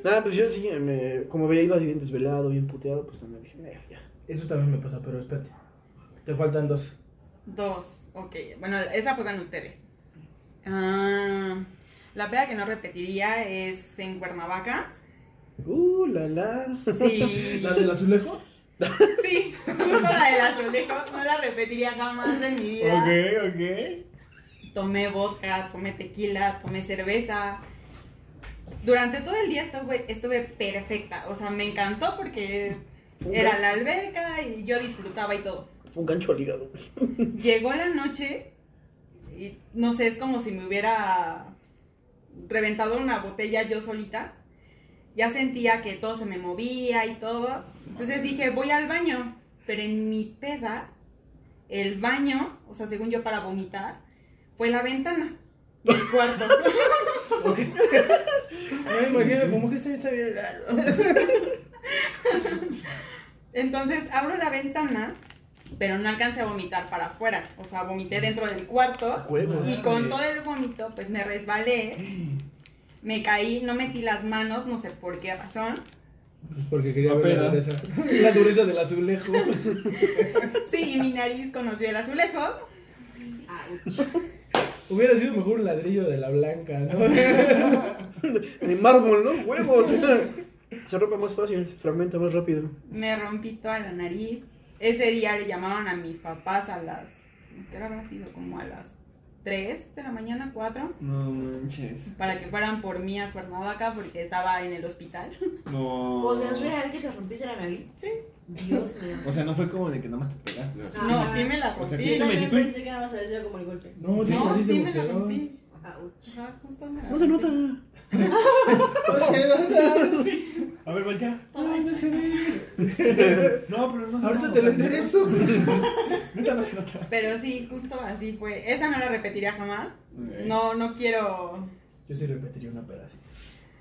Nada, pues yo sí, me, como veía, iba bien desvelado, bien puteado, pues también dije, "Eh, ya. Eso también me pasa, pero espérate. Te faltan dos. Dos, ok. Bueno, esa fue con ustedes. Ah, la peda que no repetiría es en Cuernavaca. Uh, la la. Sí. <laughs> ¿La del azulejo? Sí, justo la del azulejo. No la repetiría jamás en mi vida. Ok, Tomé vodka, tomé tequila, tomé cerveza. Durante todo el día estuve, estuve perfecta. O sea, me encantó porque Fue un, era gan- la alberca y yo disfrutaba y todo. fue un gancho al hígado. Llegó la noche y no sé, es como si me hubiera reventado una botella yo solita. Ya sentía que todo se me movía y todo. Entonces dije, voy al baño. Pero en mi peda, el baño, o sea, según yo para vomitar, fue la ventana del cuarto. No, imagino, como que este está bien raro. Entonces abro la ventana, pero no alcancé a vomitar para afuera. O sea, vomité dentro del cuarto. Huevos. Y con todo el vómito, pues me resbalé, me caí, no metí las manos, no sé por qué <laughs> razón. Pues porque quería ver la Papela. dureza. La dureza del azulejo. Sí, y mi nariz conoció el azulejo. Hubiera sido mejor un ladrillo de la <laughs> blanca, ¿no? De mármol, ¿no? Huevos. <laughs> se rompe más fácil, se fragmenta más rápido. Me rompí toda la nariz. Ese día le llamaron a mis papás a las. ¿Qué hora habrá sido? Como a las 3 de la mañana, 4. No manches. Para que fueran por mí a Cuernavaca porque estaba en el hospital. No. O sea, ¿es real que te rompiste la nariz? Sí. Dios mío. O sea, no fue como de que nada más te pegaste. o sea, Ah. No, sí me la O sea, Yo sí rompí. te también metiste un- pensé que nada más había sido como el golpe. No, tiene No, nariz de sí me la boxeador. rompí. Ouch. Ajá, justo me la No se rompí. nota. O sea, A ver, voltea. Toda hecha. No, pero no. ahorita no, te o sea, lo enderezo. Neta no se nota. Pero sí, justo así fue. Esa no la repetiría jamás. Ok. No, no quiero. Yo sí repetiría una pedacita.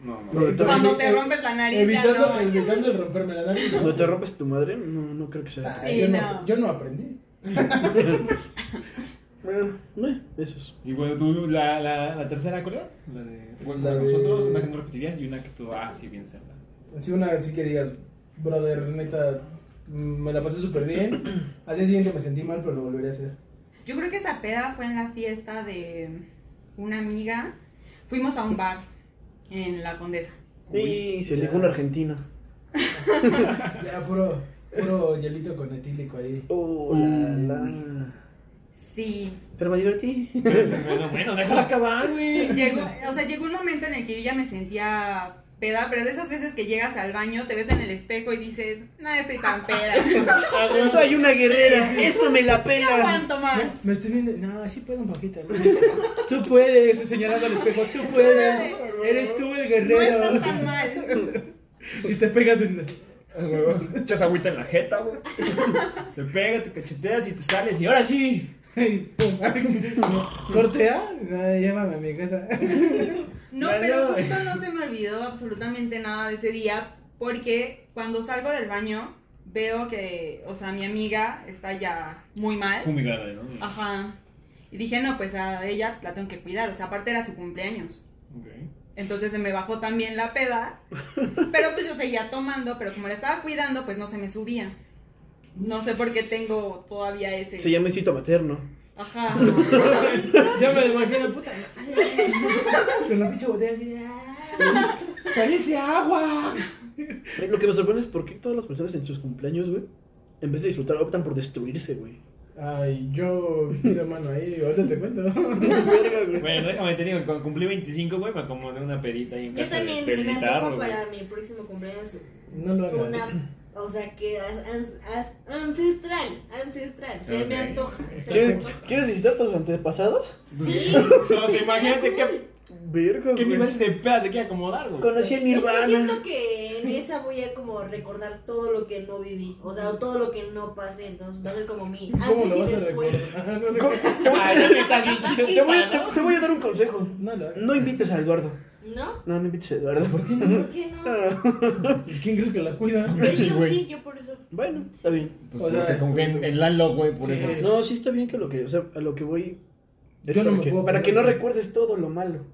No, no. Pero también- Cuando te rompes la nariz, ya Evitando, no. evitando el romperme la nariz. Cuando te rompes tu madre, no, no creo que sea. Ay, Sí, yo, no. no, yo no aprendí. Bueno, eh, eso es. Y bueno, tú, la, la, la tercera, ¿cuál era? La de. Bueno, La de- nosotros, una que no repetirías y una que tú, ah, sí, bien cerda. Así una vez sí que digas, brother, neta, mm, me la pasé súper <clears throat> bien. Al día siguiente me sentí mal, pero lo volvería a hacer. Yo creo que esa peda fue en la fiesta de una amiga. Fuimos a un bar en la Condesa. Y se ya. ligó una argentina. Ya, puro, puro hielito con etílico ahí. Oh, Mm. la la. Sí. Pero me divertí. Bueno, bueno, déjala acabar, güey. Llegó, o sea, llegó un momento en el que yo ya me sentía peda, pero de esas veces que llegas al baño, te ves en el espejo y dices, no estoy <laughs> tan peda. No Soy una guerrera, esto me la pela. aguanto más. Me estoy viendo. No, sí puedo un poquito. ¿no? Ah. <laughs> Tú puedes, señalando al espejo, tú puedes. Eres tú el No está guerrero. tan mal. Y te pegas en las- Echas agüita en la jeta, güey. Te pega, te cacheteas y te sales. Y ahora sí. Ay, pum. Corte A. No, llévame a mi <laughs> casa. No, Ya pero no. justo no se me olvidó absolutamente nada de ese día porque cuando salgo del baño veo que, o sea, mi amiga está ya muy mal. Fumigada, ¿no? Ajá. Y dije, no, pues a ella la tengo que cuidar. O sea, aparte era su cumpleaños. Okay. Entonces se me bajó también la <laughs> peda. Pero pues yo seguía tomando, pero como la estaba cuidando, pues no se me subía. No sé por qué tengo todavía ese. Se llama Cito Materno. Ajá. Ya me imagino, puta. Con la pinche botella así. ah, ¡Parece agua! Eh, Lo que me sorprende es por qué todas las personas en sus cumpleaños, güey, en vez de disfrutar, optan por destruirse, güey. Ay, yo pido mano ahí, ahorita te <laughs> cuento. Verga, güey. Bueno, déjame te digo, cuando cumplí 25, güey, me acomodé una pedita ahí en Yo casa también, de se me guitarro, antoja güey. para mi próximo cumpleaños No lo hagas. una. O sea, que as- as- as- ancestral, ancestral. Se me Ok. antoja. se me ¿Quieres, antoja. quieres visitar a tus antepasados? O sea, imagínate qué, Verga, qué güey. nivel de peda se quiere acomodar, güey. Conocí a Es que Nirvana. siento que en esa voy a como recordar todo lo que no viví, o sea, todo lo que no pasé, entonces va a ser como mi ¿Cómo antes lo y vas a después. recordar? No, ¿Cómo? Te voy- Ay, es que estás bien chido, te voy, ¿no? te- te voy a dar un consejo. No, no. No invites a Eduardo. ¿No? No, no invites a Eduardo. ¿Por qué no? ¿Por qué no? ¿Y Pues, ¿Quién crees que la cuida? Pero yo sí, yo por eso. Bueno, está bien. Pues O sea, porque confía en, en Lalo, güey, por sí. eso. No, sí está bien que lo que, o sea, a lo que voy. es Yo no para me que, puedo para que no poner- recuerdes todo lo malo.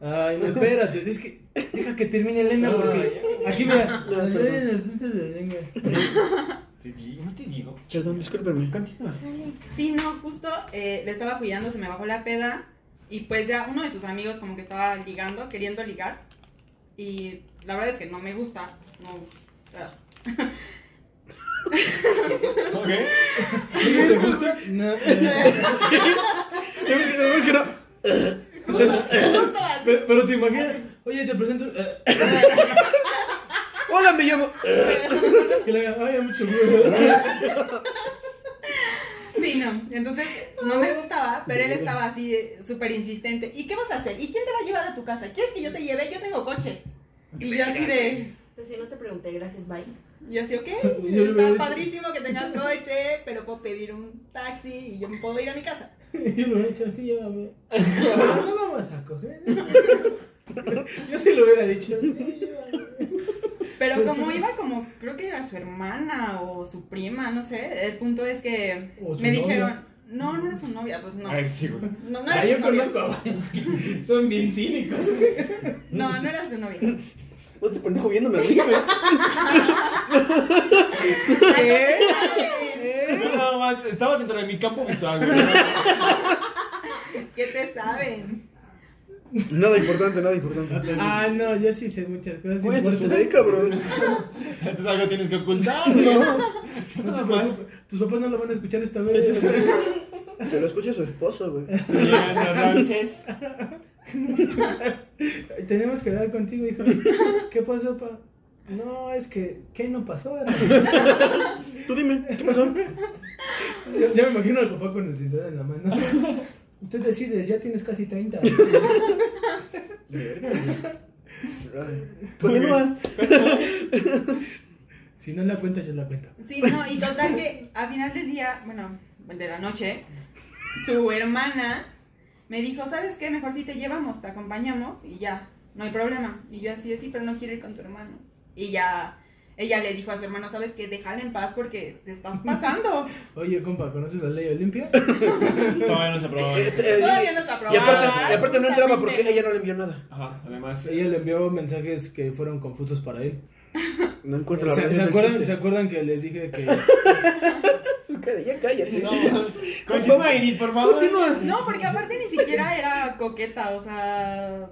Ay, no, espérate, es que deja que termine Elena porque aquí mira. No, Te digo, no te digo. <laughs> Perdón, discúlpeme. Continúa. Sí, no, justo eh, le estaba cuidando, se me bajó la peda. Y pues ya uno de sus amigos como que estaba ligando, queriendo ligar. Y la verdad es que no me gusta. No. ah. ¿Te gusta? No. eh. Justo, justo así. <laughs> Pero, pero te imaginas, oye, te presento. eh, Hola, me llamo. que le haga, ay, mucho <laughs> gusto. Sí, no. Entonces no me gustaba, pero él estaba así eh, súper insistente. ¿Y qué vas a hacer? ¿Y quién te va a llevar a tu casa? ¿Quieres que yo te lleve? Yo tengo coche. Y yo así de... Entonces, Pues si no te pregunté, gracias, bye. Yo así, ok, <laughs> Yo le hubiera está dicho- padrísimo que tengas coche, pero puedo pedir un taxi y yo me puedo ir a mi casa. Yo lo he hecho así, llévame. No vamos a coger. <laughs> Yo sí lo hubiera dicho. sí, llévame. Pero como iba como, creo que era su hermana o su prima, no sé, el punto es que O su me novia. dijeron, no, no era su novia, pues no. Ay, sí, güey. No, no era Ay, su yo novia. conozco a varios que son bien cínicos, güey. No, no era su novia. No este pendejo viéndome a mí, güey. Nada más, estaba dentro de mi campo visual, güey. ¿Qué te saben? Nada importante, nada importante. Ah, no, yo sí sé muchas cosas. Oye, esto Pues, está bien, importantes. cabrón. Entonces algo tienes que ocultar, güey. No te Nada más. preocupes, tus papás no lo van a escuchar esta vez. Que lo escuche su esposa, güey. Entonces, Tenemos que hablar contigo, <laughs> hijo. ¿Qué pasó, pa? No, es que, ¿qué no <laughs> pasó? Tú dime, ¿qué pasó? Ya, ya me imagino al papá con el cinturón en la mano. Tú decides, ya tienes casi 30. Ay, Continúa. Si no la cuenta, yo la cuento. Sí, no, y total que a final del día, bueno, de la noche, su hermana me dijo, ¿sabes qué? Mejor si te llevamos, te acompañamos y ya, no hay problema. Y yo así, de, sí, pero no quiero ir con tu hermano. Y ya, ella le dijo a su hermano, ¿sabes qué? Déjala en paz porque te estás <laughs> pasando. Oye, compa, ¿conoces la ley Olimpia? todavía no se aprobó. Eh, Todavía no se aprobó. Ah, Y aparte, y aparte no entraba justamente. porque ella no le envió nada. Ajá, además. eh, Ella le envió mensajes que fueron confusos para él. No encuentro la ¿Se, razón se del acuerdan, ¿Se chiste. acuerdan que les dije que... Su cara, ya cállate. No, continúa, Iris, por favor. Continúa. No, porque aparte ni siquiera era coqueta, o sea,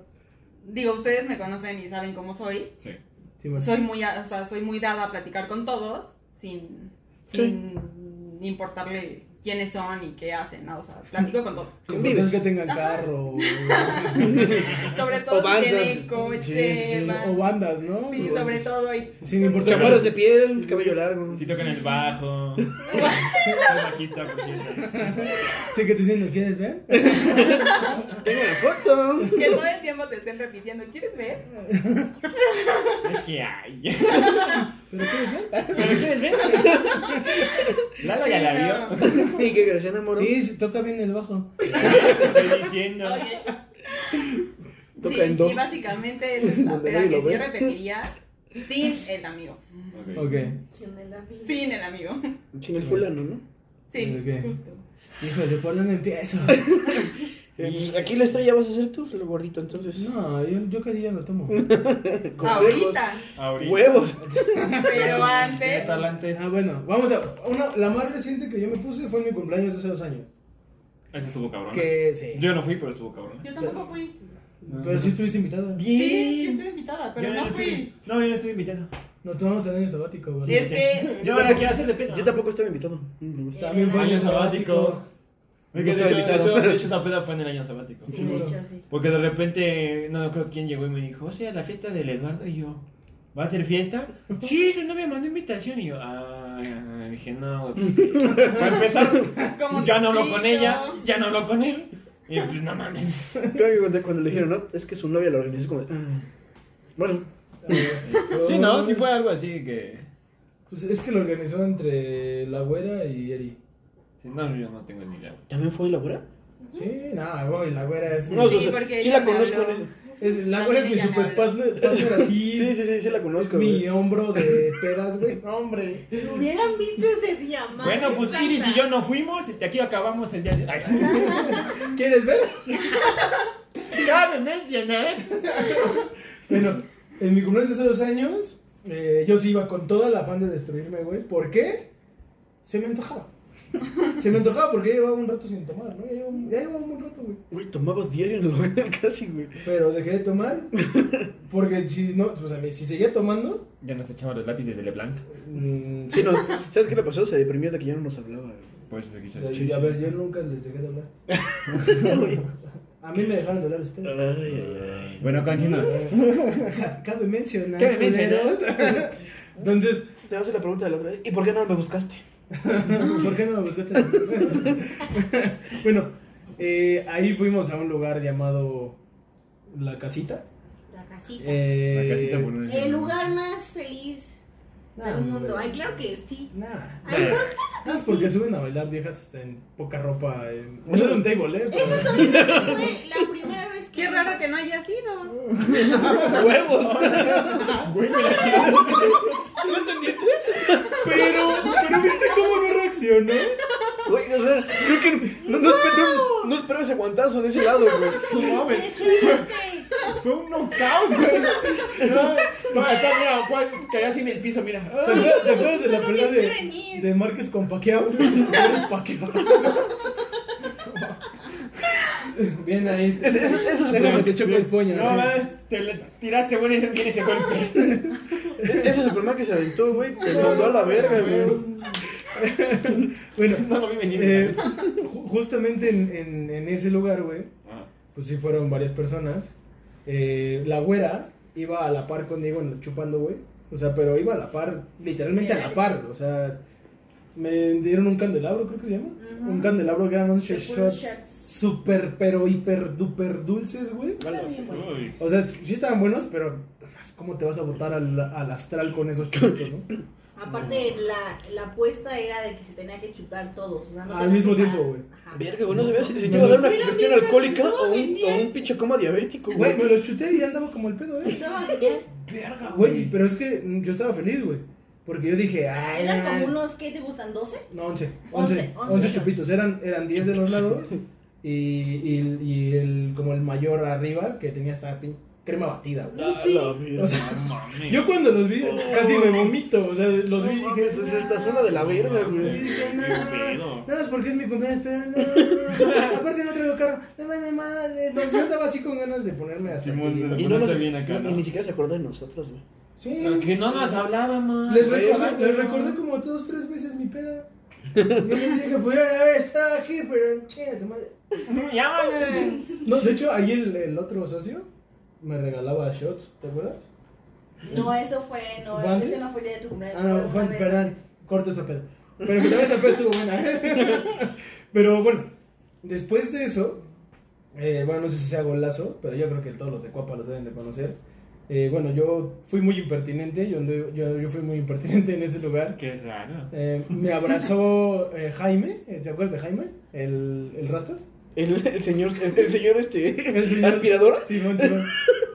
digo, ustedes me conocen y saben cómo soy. Sí. Pues Sí, bueno. soy muy a- o sea, soy muy dada a platicar con todos sin, sin importarle quiénes son y qué hacen, ¿no? o sea, platico con todos. Convives. que tengan carro o, Sobre todo si bandas. tienen coche, sí, van- o pues. bandas, ¿no? sí, O- sobre todo y Sin importar. Chamarras de piel, cabello largo. Si tocan el bajo. Soy bajista, por cierto. Sí, que te dicen, ¿lo quieres ver? Tengo la foto. que todo el tiempo te estén repitiendo, ¿quieres ver? Es que <laughs> hay. ¿Pero quieres ver? ¿Pero quieres ver? <laughs> Lalo ya la <laughs> vio. Y que Graciana Moro Sí, sí, toca bien el bajo. Te estoy diciendo. Ok. toca Sí, en do. sí, básicamente esa es la Donde peda nadie que lo sí ve. repetiría sin el amigo. Ok. ¿Quién me la vi? Sin el amigo. <laughs> Chinga el fulano, ¿no? Sí, Ok. justo. Híjole, ¿por dónde empiezo? Eh, pues, aquí la estrella vas a ser tú, el gordito, entonces. No, yo, yo casi ya lo tomo. Consejos. Ahorita, Ahorita. Huevos. pero antes. antes. Ah, bueno, vamos a. Una, la más reciente que yo me puse fue en mi cumpleaños de hace dos años. Ese estuvo cabrón. ¿eh? Que sí. Yo no fui, pero estuvo cabrón. Yo tampoco fui. Pero sí estuviste invitado. Sí, sí estoy invitada, pero Yo no estoy- fui. No, yo no estoy invitado. Nos tomamos el año sabático, güey. Sí, es <laughs> que Yo ahora quiero hacerle pena. Yo tampoco estaba invitado. También fue año Año sabático. sabático. Es que de, hecho, de, hecho, de hecho, esa peda fue en el año sabático. Sí, de hecho, sí. Porque de repente, no creo quién llegó y me dijo, o sea, la fiesta del Eduardo y yo. ¿Va a ser fiesta? Sí, su novia mandó invitación y yo, ah, dije, no, güey, <laughs> pues, para empezar, ¿Cómo ya te no hablo explico? con ella, ya no hablo con él. Y pues, no mames. Creo que cuando, cuando le dijeron, no, es que su novia la organizó como de, ah, Bueno, Sí, ¿no? Sí fue algo así que... Pues es que lo organizó entre la güera y Eri. sí, no, yo no tengo ni idea. ¿También fue la güera? Sí, no, güey, la güera es. No, Sí, o sea, porque sí ella la me conozco en habló. eso. es- la güera es mi También ella me super habló. partner, partner así. Sí, sí, sí, sí la Es conozco. mi güey. hombro de pedas, güey. No, hombre. Lo hubieran visto ese día, madre Bueno, pues santa. Iris y yo no fuimos, este, aquí acabamos el día de... Ay, sí. <laughs> ¿Quieres ver? Cabe mencionar. Bueno, en mi cumpleaños hace dos años, eh, yo sí iba con toda la afán de destruirme, güey. ¿Por qué? Se me antojaba. Se me antojaba porque ya llevaba un rato sin tomar, ¿no? Ya llevaba, un- ya llevaba un buen rato, güey. Güey, tomabas diario en la güera casi, güey. Pero dejé de tomar porque si no, o sea, si seguía tomando, Ya nos echamos los lápices de LeBlanc. mm, Sí, no, ¿sabes qué le pasó? Se deprimió de que ya no nos hablaba, <laughs> güey. Por eso te quise de- decir. sí, a sí. ver, yo nunca les dejé de hablar. A mí me dejaron de hablar ustedes. Ay, ay, ay. Bueno, continúa. Ca- <laughs> Cabe mencionar. Cabe mencionar. <laughs> culeros. Entonces, Te vas a hacer la pregunta de la otra vez. ¿Y por qué no me buscaste? ¿Por qué no me buscaste? <laughs> bueno, eh, ahí fuimos a un lugar llamado La Casita. La casita. Eh, La casita por un El lugar más feliz nah, del mundo. hombre. Ay, claro que sí. Nah. Ay, pues, por Ah, porque suben a bailar viejas este, en poca ropa. en- No era un table, <laughs> ¿eh? Pero- Eso fue la primera vez que. Qué raro que no haya sido. <laughs> ¡Huevos! Pero, pero viste cómo no reaccionó. Güey, o sea, creo que no, no, esper- no, no esperaba ese guantazo de ese lado, güey. Excelente. Fue un knockout, güey. No, no, está, mira, Juan cayó así en el piso, mira. ¿Te acuerdas- te acuerdas de la No lo pelea viste de, venir. de Márquez con Paquiao? <laughs> Eres Paquiao. Bien ahí. Ese- ese- ese es Déjame Superman. te choco el puño. No, eh. así. va, te le tiraste, güey, ese- viene ese golpe. E- Ese Superman que se aventó, güey, te mandó a la verga, güey. Bueno, <laughs> No lo vi venir. eh, ju- justamente en, en- en ese lugar, güey, Ah, pues sí fueron varias personas. Eh, la güera iba a la par conmigo en- chupando, güey. O sea, pero iba a la par, literalmente a la par. O sea, me dieron un candelabro, creo que se llama. Ujú. Un candelabro que eran 11 De puros shots. shots. Super, pero hiper, duper dulces, güey. Está bien, bueno. uy. O sea, sí estaban buenos, pero ¿cómo te vas a botar al, al astral con esos chupitos, no? Aparte, la, la apuesta era de que se tenía que chutar todos. o sea, no Al tenían mismo que tiempo, parar. güey. Ajá. Verga, güey, no sabía si, si te iba a dar una Mira, cuestión mira, alcohólica estuvo o un, o genial. un pinche coma diabético, Güey, güey. me los chuté y andaba como el pedo, eh. Estaba genial. Verga, güey. Pero es que mm, yo estaba feliz, güey. Porque yo dije, ay, Eran como no. unos, ¿qué te gustan? ¿12? No, 11. Once, 11, once 11 shots. chupitos. Eran, eran 10 de los lados. Y, y, y el, como el mayor arriba, que tenía esta pin- crema batida, güey. Ah, la verga. O sea, yo cuando los vi, casi me vomito. O sea, los No vi y mames, dije, o sea, esta zona de la verga, Y güey. dije, no, pedo. nada más porque es mi cumpleaños, pero no. Aparte no traigo carro. No vale madre. No, yo andaba así con ganas de ponerme así. Simón, de- Y no nos, Ponte bien acá, no- ¿no? y ni siquiera se acordó de nosotros, güey. Sí. Que no nos hablábamos. Les Güey, recordé, esa- les recordé como dos, tres veces mi peda. <laughs> Yo les dije que pudieran haber estado aquí, pero chinga su madre. Llámame. No, de hecho, ahí el, el otro socio me regalaba shots, ¿te acuerdas? No, eso fue, no, ¿Fue antes? ese no fue el día de tu cumpleaños. Ah, no, fueron Juan, unas perdón, veces. corto esa peda. Pero que también esa peda estuvo buena. <laughs> pero bueno, después de eso, eh, bueno, no sé si sea golazo, pero yo creo que todos los de Cuapa los deben de conocer. Eh, bueno, yo fui muy impertinente, yo, anduve- yo, yo fui muy impertinente en ese lugar. <laughs> Qué raro. Eh, me abrazó eh, Jaime, eh, ¿te acuerdas de Jaime? El, el Rastas. El, el señor, el, el señor este, El señor- aspirador. Sí, Simón, Simón.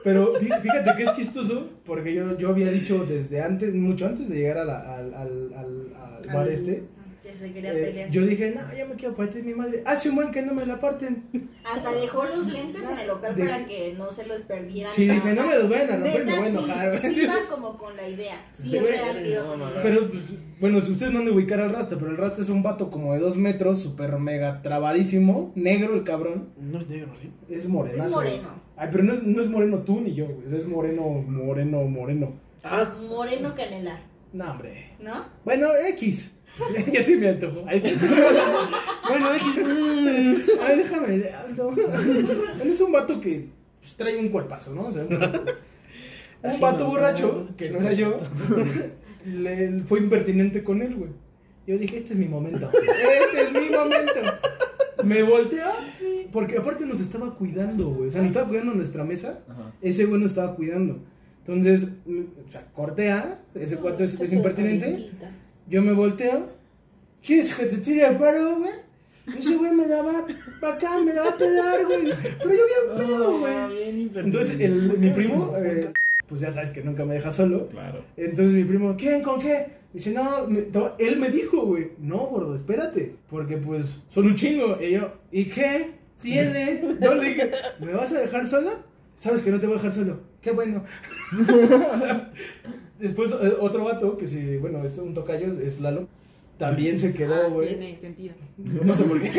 Pero fí- fíjate que es chistoso, porque yo, yo había dicho desde antes, mucho antes de llegar a la- al, al, al- al bar Al- este, Que se quería eh, pelear. yo dije, no, ya me quiero partir mi madre. Hace un buen que no me la parten. Hasta dejó los lentes en el local De- para que no se los perdieran. Sí, ¿no? dije, no me los vayan a romper, me Neta, voy a sí, enojar. sí iba como con la idea. Sí, es Güey, real que iba con la idea. Pero, pues, bueno, si ustedes no han de ubicar al Rasta, pero el Rasta es un vato como de dos metros, súper mega trabadísimo, negro el cabrón, No es negro, ¿sí? es morenazo. Es güey. moreno. Ay, pero no es, no es moreno tú ni yo, güey, es moreno, moreno, moreno. Ah, Moreno Canela, No, hombre. ¿no? Bueno, X. <laughs> ya sí me antojo. Ay, <laughs> bueno, X. mm. ay, déjame. le hablo. Él es un vato que pues, trae un cuerpazo, ¿no? O sea, <laughs> un, un Así vato no, borracho, no, que no era yo, <laughs> le, fue impertinente con él, güey. Yo dije, este es mi momento. <laughs> Este es mi momento. Me voltea, porque aparte nos estaba cuidando, güey. O sea, nos estaba cuidando nuestra mesa. Ajá. Ese güey nos estaba cuidando. Entonces, mm, o sea, cortea, ese cuate es, es impertinente. Yo me volteo. ¿Quieres que te tire el paro, güey? Ese güey me la va pa' acá, me la va a pelar, güey. Pero yo bien pedo, güey. Entonces, el- mi primo, eh, pues ya sabes que nunca me deja solo. Claro. Entonces mi primo, ¿quién? ¿Con qué? Dice, no, me- to- él me dijo, güey, no, gordo, espérate, porque pues son un chingo. Y yo, ¿y qué? <laughs> Tiene. Yo le dije, ¿me vas a dejar solo? Sabes que no te voy a dejar solo. Qué <laughs> bueno. Después eh, otro vato, que sí, bueno, este un tocayo es Lalo, también se Ah, quedó, güey. Tiene sentido. No sé por qué.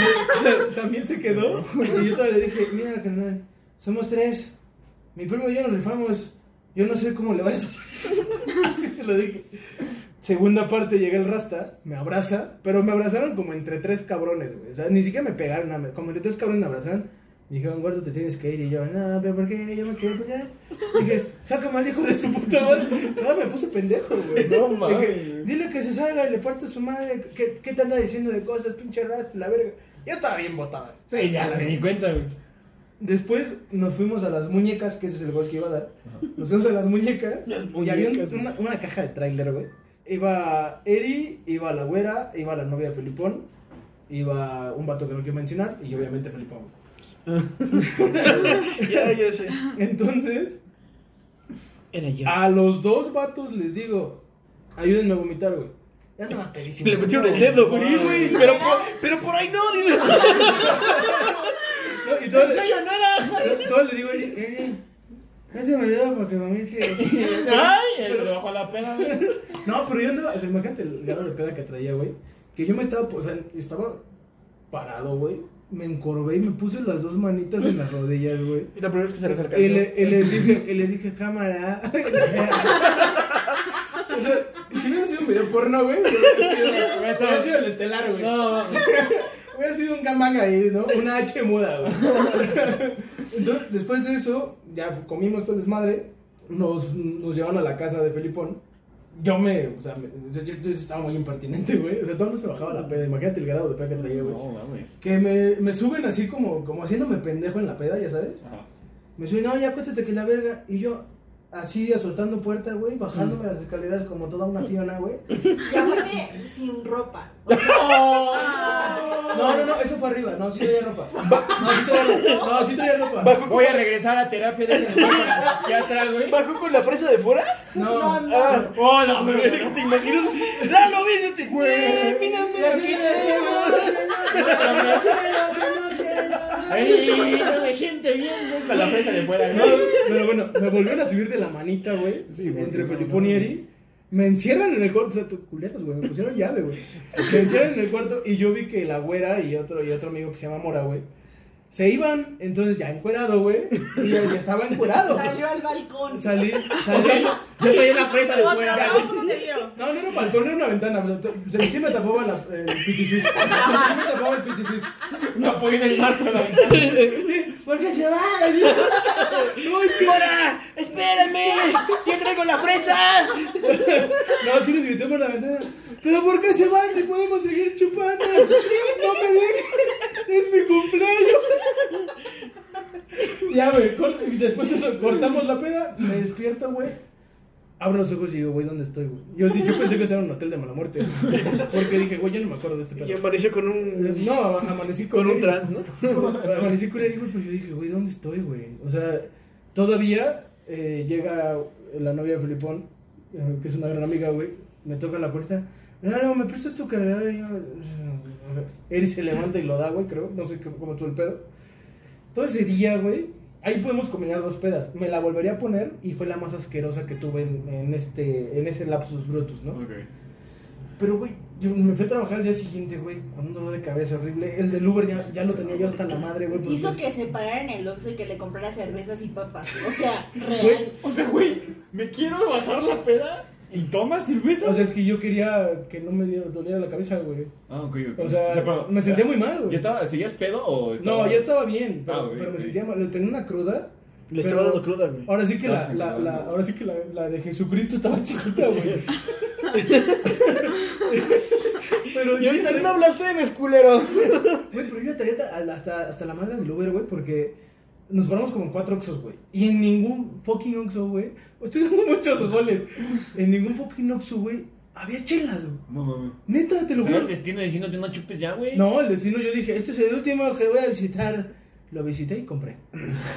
<laughs> También se quedó. Y yo todavía le dije, mira, carnal, somos tres. Mi primo y yo nos rifamos. Yo no sé cómo le vas a hacer. <laughs> Así se lo dije. Segunda parte llega el rasta, me abraza, pero me abrazaron como entre tres cabrones, güey. O sea, ni siquiera me pegaron, nada, me- como entre tres cabrones me abrazaron. Me dijeron, gordo, te tienes que ir. Y yo, no, pero ¿por qué? Yo me quedé por allá. Dije, sácame al hijo de su puta madre. No, me puse pendejo, güey. No Dije, mames. dile que se salga y le parte su madre. ¿Qué, qué te anda diciendo de cosas, pinche rasta, la verga? Yo estaba bien botado. Sí, ya me di cuenta, güey. Después nos fuimos a las muñecas, que ese es el gol que iba a dar. Nos fuimos a las muñecas. Las y había un- muñecas, una, una caja de tráiler, güey. Iba Eri, iba la güera, iba la novia de Felipón, iba un vato que no quiero mencionar y obviamente Felipón. Ya, ya sé. Ah, Entonces, Era yo. a los dos vatos les digo, ayúdenme a vomitar, güey. Ya estaba pedísimo. Le metieron el dedo, güey. Sí, güey. Pero por, pero por ahí no, dile. No, y entonces, Todo le digo a Eri, Eri, no te me dedo porque vomite. Ay, le bajó la pena, güey. <laughs> No, pero yo andaba, o sea, imagínate el grado de peda que traía, güey. Que yo me estaba, o sea, yo estaba parado, güey. Me encorvé y me puse las dos manitas en las rodillas, <laughs> güey. La primera vez que se les alcanzó. Y, le- y les dije, y les dije, cámara. <laughs> o sea, si hubiera sido un video porno, güey, hubiera sido, hubiera sido el estelar, güey. No, Hubiera sido un gamang ahí, ¿no? Una H muda, güey. <laughs> Entonces, después de eso, ya comimos todo el desmadre. Nos, nos llevaron a la casa de Felipón. Yo me, o sea, me- yo, yo- yo estaba muy impertinente, güey. O sea, todo no se bajaba la peda. Imagínate el grado de peda que traía, güey. no mames. Que me, me suben así como, como haciéndome pendejo en la peda, ya sabes. Ajá. Me suben, no, ya acuéstate que la verga. Y yo, así, azotando puerta, güey, bajándome las escaleras como toda <laughs> una fiona, güey. Y aparte, sin ropa. O sea, Ah. No, no, no, eso fue arriba. No, sí traía <laughs> ropa. No, sí traía ropa. No, sí traía ropa. Bajo, Voy a regresar a terapia de psiquiatra, güey. bajo con la fresa de fuera. No, Ah, Oh, no, pero güey. ¿te imaginas? ¡Lalo, vísete, güey! ¡Mírame la Ay, no me siente bien, güey, con la fresa de fuera, No, güey. pero bueno, me volvieron a subir de la manita, güey. Sí, güey, entre no, Felipón no. y Eri. Me encierran en el cuarto, o sea, tú- culeros, güey, me pusieron llave, güey. Me encierran en el cuarto y yo vi que la güera y otro, y otro amigo que se llama Mora, güey, se iban, entonces ya encuerado, güey, y ya, ya estaba encuerado. salió al balcón. Salí, salí. Yo traía la fresa de fuera, Pero güey. ¿Cómo se vio? No, no era un balcón, era una ventana. pero to- se- Sí me tapaba la, el piti suisse. Sí me tapaba el piti suisse. No apoyé en el marco de la ventana. ¿Por qué se va? <laughs> No, es que... ¡Espérame! ¡Yo traigo la fresa! No, sí les grité por la ventana. ¿Pero por qué se van si podemos seguir chupando? No me dejen. Es mi cumpleaños. Ya, güey, corto- y después de eso, cortamos la peda. Me despierto, güey. Abro los ojos y digo, güey, ¿dónde estoy, güey? Yo, di- yo pensé que era un hotel de mala muerte. güey. Porque dije, güey, yo no me acuerdo de este Y pedo. apareció con un. No, ama- amanecí con, Con un él. trans, ¿no? <laughs> Amanecí con él, güey, pues yo dije, güey, ¿dónde estoy, güey? O sea, todavía eh, llega la novia de Filipón, eh, que es una gran amiga, güey, me toca la puerta. No, no, me prestas tu cargador. Y yo, "Mm, Él se levanta y lo da, güey, creo. No sé qué- cómo estuvo el pedo. Todo ese día, güey, ahí podemos combinar dos pedas. Me la volvería a poner y fue la más asquerosa que tuve en, en este, en ese lapsus brutus, ¿no? Pero, güey, yo me fui a trabajar al día siguiente, güey, con un dolor de cabeza horrible. El del Uber ya, ya lo tenía yo hasta la madre, güey. porque- Hizo que se parara en el Oxxo y que le comprara cervezas y papas. O sea, real. Güey, O sea, güey, me quiero bajar la peda y tomas cerveza. O sea, es que yo quería que no me diera- doliera la cabeza, güey. ah, ok, ok. O sea, pero- me sentía muy mal, güey. ¿Ya estaba, seguías pedo o No, estaba- ya estaba bien, pero, Ah, güey, pero me ok. sentía mal. Tenía una cruda. Le estaba dando cruda, güey. Ahora sí que, No, la, Ah, sí, la- no, la- no. ahora sí que la, la de Jesucristo estaba <laughs> chiquita, güey. pero Y yo ahorita no blasfemes, culero. Güey, pero yo ya traía hasta, hasta la madre del Uber, güey, porque Nos paramos como en cuatro Oxxos, güey. Y en ningún fucking Oxxo, güey. pues, Estoy dando muchos goles. En ningún fucking Oxxo, güey, había chelas, güey. No mames. Neta, te lo ¿Será juro. el destino diciéndote no chupes ya, güey? No, el destino yo dije, este es el último que voy a visitar. Lo visité y compré.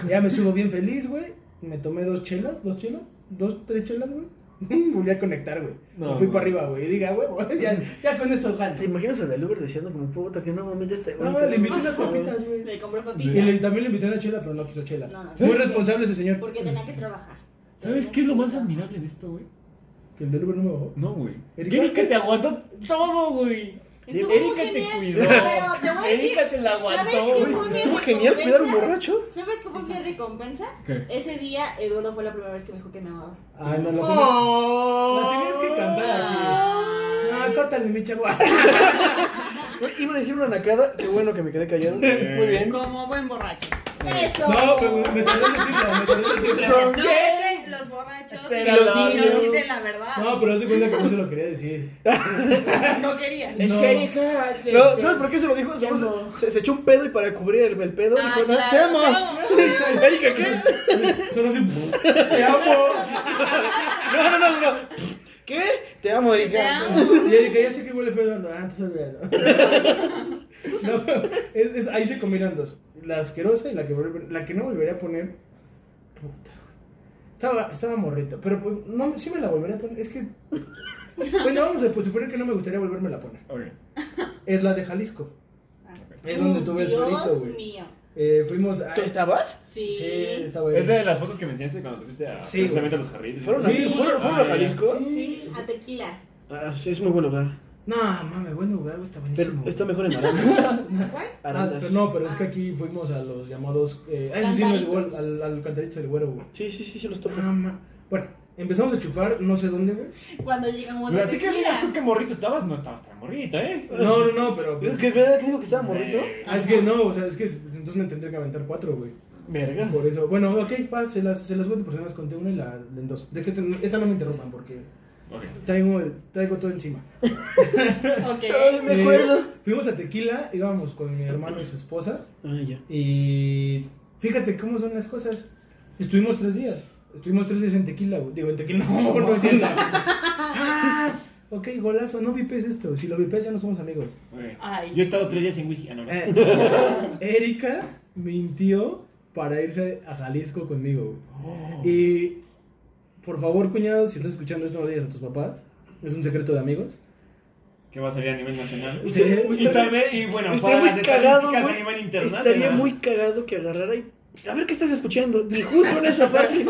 Ya me subo bien feliz, güey. Me tomé dos chelas, dos chelas, dos, tres chelas, güey. <laughs> Volví a conectar, güey. No, Me fui no. para arriba, güey. Y diga, huevo, <laughs> ya, ya con esto gano. ¿Te imaginas a Dalúber deseando como puta que no mames este güey? No, Ah, le invité unas papitas, güey. Le compró Y papitas. le- también le invité una chela, pero no quiso chela. No, no, Muy sí. responsable ese señor. Porque tenía que trabajar. ¿Sabes qué es lo más admirable de esto, güey? Que el del Uber no me bajó. No, güey. Erika- Erika te aguantó todo, güey. Estuvo Erika muy te genial, cuidó. pero te voy a decir, Erika te la aguantó, ¿sabes qué güey. fue mi Estuvo genial cuidar a un recompensa? borracho. ¿Sabes cómo fue mi recompensa? ¿Qué? Ese día Eduardo fue la primera vez que me dijo que me amaba. Ay, no, lo tenías, Oh. lo tenías que Ah. cantar aquí. No, córtale, mi chavo. Güey, Iba a decir una nacada, qué bueno que me quedé callado. Muy Eh, bien. Como buen borracho. ¡Eso! No, pero me, me tardé en decirla, me tardé en decirla. No, es que los borrachos Será y los la- niños dicen la verdad. No, pero hace cuenta que no se lo quería decir. No quería. No. Erika. eh, No, ¿sabes por qué se lo dijo? Se, se- se echó un pedo y para cubrir el, el pedo Ah, dijo, no, claro, te amo. te amo. Erika, ¿qué? Solo así, te amo. No, no, no, no. ¿Qué? Te amo, Erika. Te amo. Y Erika, ya sé que huele feo. No, antes olvídalo. No, es, es- ahí se combinan dos. La asquerosa y la que, volver- la que no volvería a poner. Puta. Estaba, estaba morrito, pero pues, no, sí me la volvería a poner. Es que. Bueno, vamos a pues, suponer que no me gustaría volverme a poner. Ok. Es la de Jalisco. Es Uh, donde tuve el solito, Dios güey. mío. Eh, fuimos a. ¿Tú estabas? Sí. Sí, estaba ahí. Es de las fotos que me enseñaste cuando te fuiste a, Sí, precisamente a los jardines. ¿Fueron, Sí, a, ¿fueron, fueron a Ah, Jalisco? Sí, a tequila. Ah, sí, es muy buen lugar. No, mames, buen lugar, güey, está Pero buenísimo. está mejor en Arandas. ¿Cuál? Ah, Arandas. pero no, pero es que aquí fuimos a los llamados. Eh, a ese sí nos llevó al, al, al cantarito del güero, güey. Sí, sí, sí, sí, los topo. Ah, ma- Bueno, empezamos a chupar, no sé dónde, güey. Cuando llegamos Pero a así que mira tú tequila. qué morrito estabas, no estabas tan morrito, ¿eh? No, no, no, <laughs> pero. ¿Es que es verdad que dijo que estaba morrito? Eh, Ah, es que no, o sea, es que entonces me tendría que aventar cuatro, güey. Verga. Por eso. Bueno, ok, pa, se las, se las cuento porque no las conté una y la en dos. De que esta, esta no me interrumpan porque Ok. traigo, el- traigo todo encima. Ok. <laughs> Ay, me acuerdo. Eh, fuimos a Tequila, íbamos con mi hermano y su esposa. Ay, ya. Y fíjate cómo son las cosas. Estuvimos tres días. Estuvimos tres días en tequila, güey. Digo, en tequila. <laughs> No, no <laughs> es cierto. Ah, ok, golazo. No vipes esto. Si lo vipes ya no somos amigos. ok. Ay. Yo he estado tres días sin whisky. Ah, no, no. Eh, <laughs> Erika mintió para irse a Jalisco conmigo. Oh. güey. Y por favor, cuñado, si estás escuchando esto, no le digas a tus papás. Es un secreto de amigos. Que va a salir a nivel nacional. Sí. Y también, y bueno, Estaría para muy las cagado, estadísticas a nivel güey. internacional. Estaría muy cagado que agarrara y... A ver, ¿qué estás escuchando? Y justo en esa parte,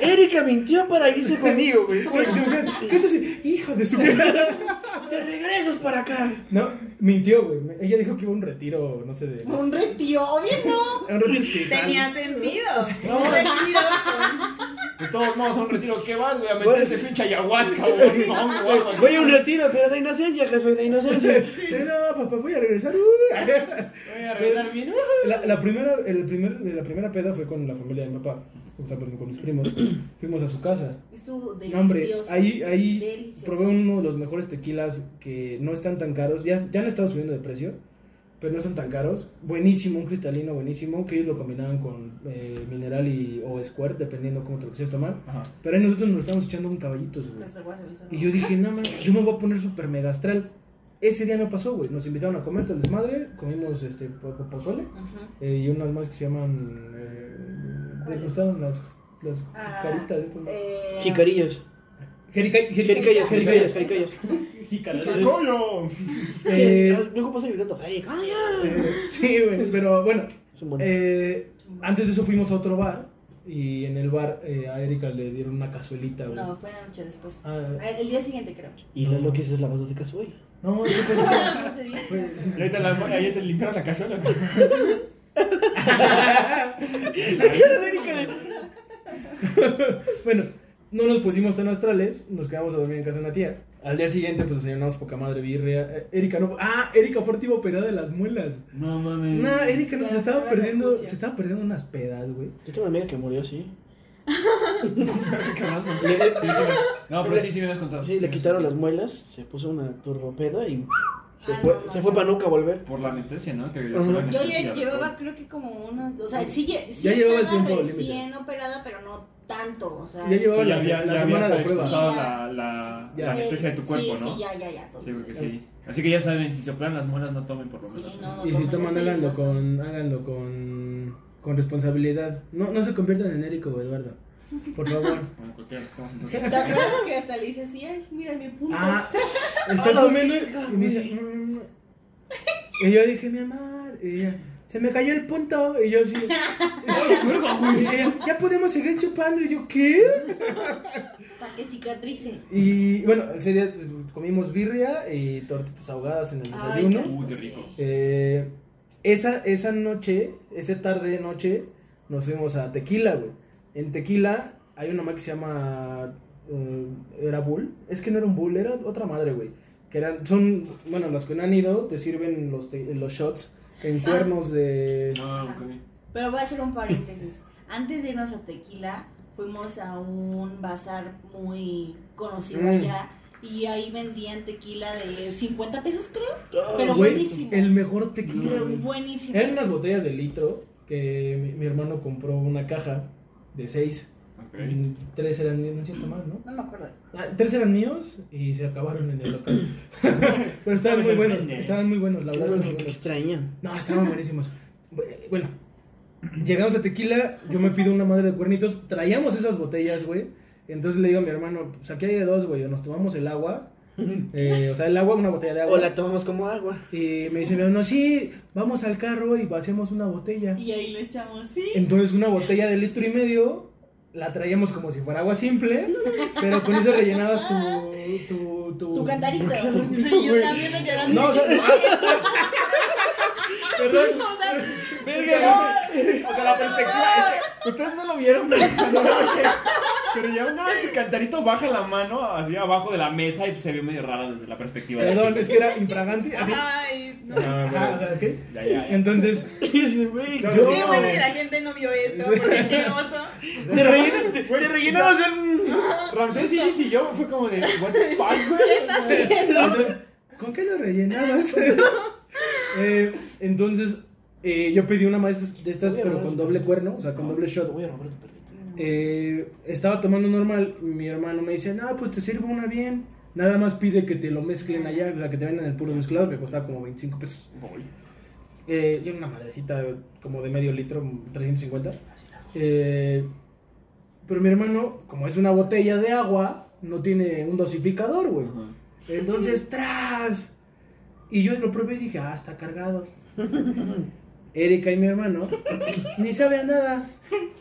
Erika mintió para irse conmigo, <laughs> güey. ¿Qué estás haciendo? Hija de su Te regresas para acá. No, mintió, güey. Ella dijo que iba a un retiro, no sé, de. Un retiro, obvio no. Un retiro espiritual. Tenía sentido. Un retiro con- De todos modos, a un retiro, ¿qué vas, güey? A meterte pinche ayahuasca, güey. No, güey, algo así. Voy a un retiro, pero de inocencia, jefe, de inocencia. <laughs> Eh, No, papá, voy a regresar. Uh. Voy a regresar bien. La, la primera, el primer, la primera peda fue con la familia de mi papá, o sea, perdón, con mis primos. Fuimos a su casa. Estuvo No, hombre, delicioso. ahí, ahí Delicioso. probé uno de los mejores tequilas que no están tan caros. Ya, ya han estado subiendo de precio, pero no están tan caros. Buenísimo, un cristalino buenísimo, que ellos lo combinaban con eh, mineral y, o squirt, dependiendo cómo te lo quisieras tomar. Ajá. Pero ahí nosotros nos lo estábamos echando con caballitos, güey. Las aguas se me hicieron. Y yo dije, nada más, yo me voy a poner súper mega astral. Ese día no pasó, güey. Nos invitaron a comer todo el desmadre. Comimos este po- po- pozole Ajá. eh, y unas más que se llaman. Eh, ¿Cuáles? ¿Te gustaron las, las Ah, caritas? Estas, ¿no? eh, Jicarillas. Jerica- Jericayas, jericayas, jericayas, jericayas. jericayas. ¡Coño! Eh, Ah, Luego pasa gritando, ¡Jericayas! eh, Sí, güey, pero bueno. Es un buen- eh, antes de eso fuimos a otro bar y en el bar eh, a Erika le dieron una cazuelita, güey. No, fue la noche después. Ah, Ah, El día siguiente creo. Y la Loki es lavado de cazuela. no, eso fue- Ese día. fue- <laughs> Y ahí te, la, ahí te limpiaron la cazuela. <laughs> bueno, no nos pusimos tan astrales, nos quedamos a dormir en casa de una tía. Al día siguiente, pues desayunamos poca madre birria. Eh, Erika no. Ah, Erika aparte iba operada de las muelas. No Mm. mames. No, Erika no, se Sí, estaba la perdiendo. acusación. Se estaba perdiendo unas pedas, güey. Yo tengo una amiga que murió, sí. No, pero sí, sí me habías contado. Sí, le quitaron las muelas, se puso una turbopeda y Se Ah, fue, no, no, se fue no. para nunca volver. Por la anestesia, ¿no? Que Ajá. fue la Yo anestesia ya del llevaba alcohol. creo que como unos, o sea, sí, lle- sí Ya llevaba el estaba tiempo límite. recién operada, pero no tanto, o sea. Ya llevaba Sí, ya la, había, la ya semana habías de prueba. expulsado Sí, ya. la, la, Ya. la anestesia de tu cuerpo, eh, sí, ¿no? Sí, ya, ya, ya. todo Sí, eso. porque sí. Así que ya saben, si soplan las muelas, no tomen por lo Sí, menos. no, ¿no? Y si no, toman, no, no, háganlo no. con, háganlo con, con responsabilidad. No, no se conviertan en Eric o Eduardo. Por favor. Bueno, cualquiera, estamos en ¿Te acuerdas que hasta le hice así, ay, mira mi punto? Ah, estoy comiendo y me dice. "No, no, no". Y yo dije, mi amor. Y ella, se me cayó el punto. Y yo así. Y ella, ya podemos seguir chupando. Y yo, ¿qué? Para que cicatrice. Y bueno, ese día pues, comimos birria y tortitas ahogadas en el Ay, desayuno. Uy, qué rico. Eh, esa, esa noche, esa tarde noche, nos fuimos a Tequila, güey. En Tequila hay una madre que se llama. eh, ¿Era Bull? Es que no era un Bull, era otra madre, güey. Que eran, son, bueno, los que no han ido te sirven los, te- los shots en cuernos de. No, ok. Pero voy a hacer un paréntesis. Antes de irnos a Tequila, fuimos a un bazar muy conocido Mm. allá. Y ahí vendían tequila de 50 pesos, creo. Ah, Pero Güey, buenísimo. El mejor tequila, Pero Mm. güey. buenísimo. Eran unas botellas de litro que mi, mi hermano compró una caja de seis. Ok. Mm, Tres eran míos, no siento más, ¿no? No me acuerdo. Ah, tres eran míos y se acabaron en <laughs> el local. Pero estaban muy buenos, estaban muy buenos, la qué verdad. bueno, estaban qué buenos. extraña. No, estaban buenísimos. Bu- Bueno, llegamos a Tequila, yo me pido una madre de cuernitos, traíamos esas botellas, güey. Entonces le digo a mi hermano, pues aquí hay de dos, güey, o nos tomamos <laughs> el agua, eh, o sea, el agua, una botella de agua. O la tomamos como <laughs> agua. Y me dice, mi hermano, sí, vamos al carro y vaciamos una botella. Y ahí le echamos, sí. Entonces una botella de litro y medio la traíamos como si fuera agua simple, pero con eso rellenabas tu... Tu, tu, Tu cantarito. <laughs> Sí, yo también me quedé así. No, o sea, <laughs> perdón. <laughs> O sea, Verga, güey. o sea, la perspectiva es que ustedes no lo vieron, pero, no lo sé. pero ya una vez que Cantarito baja la mano hacia abajo de la mesa y se vio medio raro desde la perspectiva. de- Perdón, es que era infragante. así. Ay, no. No, pero- Ajá, o sea, ¿ok? Ya, ya, ya. Entonces, Qué yo- bueno que la gente no vio esto, porque qué oso. Te rellenas, te, te rellenabas en. Ramsés y y yo fue como de. ¿What the fuck, güey? Entonces, ¿Con qué lo rellenabas? <laughs> Eh, entonces, eh, yo pedí una más de estas- de estas, Voy a pero robar con tu doble perrito. cuerno, o sea, con doble shot. Voy a robar tu perrito. Eh, estaba tomando normal, mi hermano me dice, no, pues te sirvo una bien. Nada más pide que te lo mezclen allá, o sea, que te vendan el puro mezclado, que costaba como 25 pesos. Eh, y era una madrecita como de medio litro, 350. Eh, pero mi hermano, como es una botella de agua, no tiene un dosificador, güey. Ah. Entonces, tras. Y yo lo probé y dije, ah, está cargado. Erika y mi hermano, ni sabe a nada.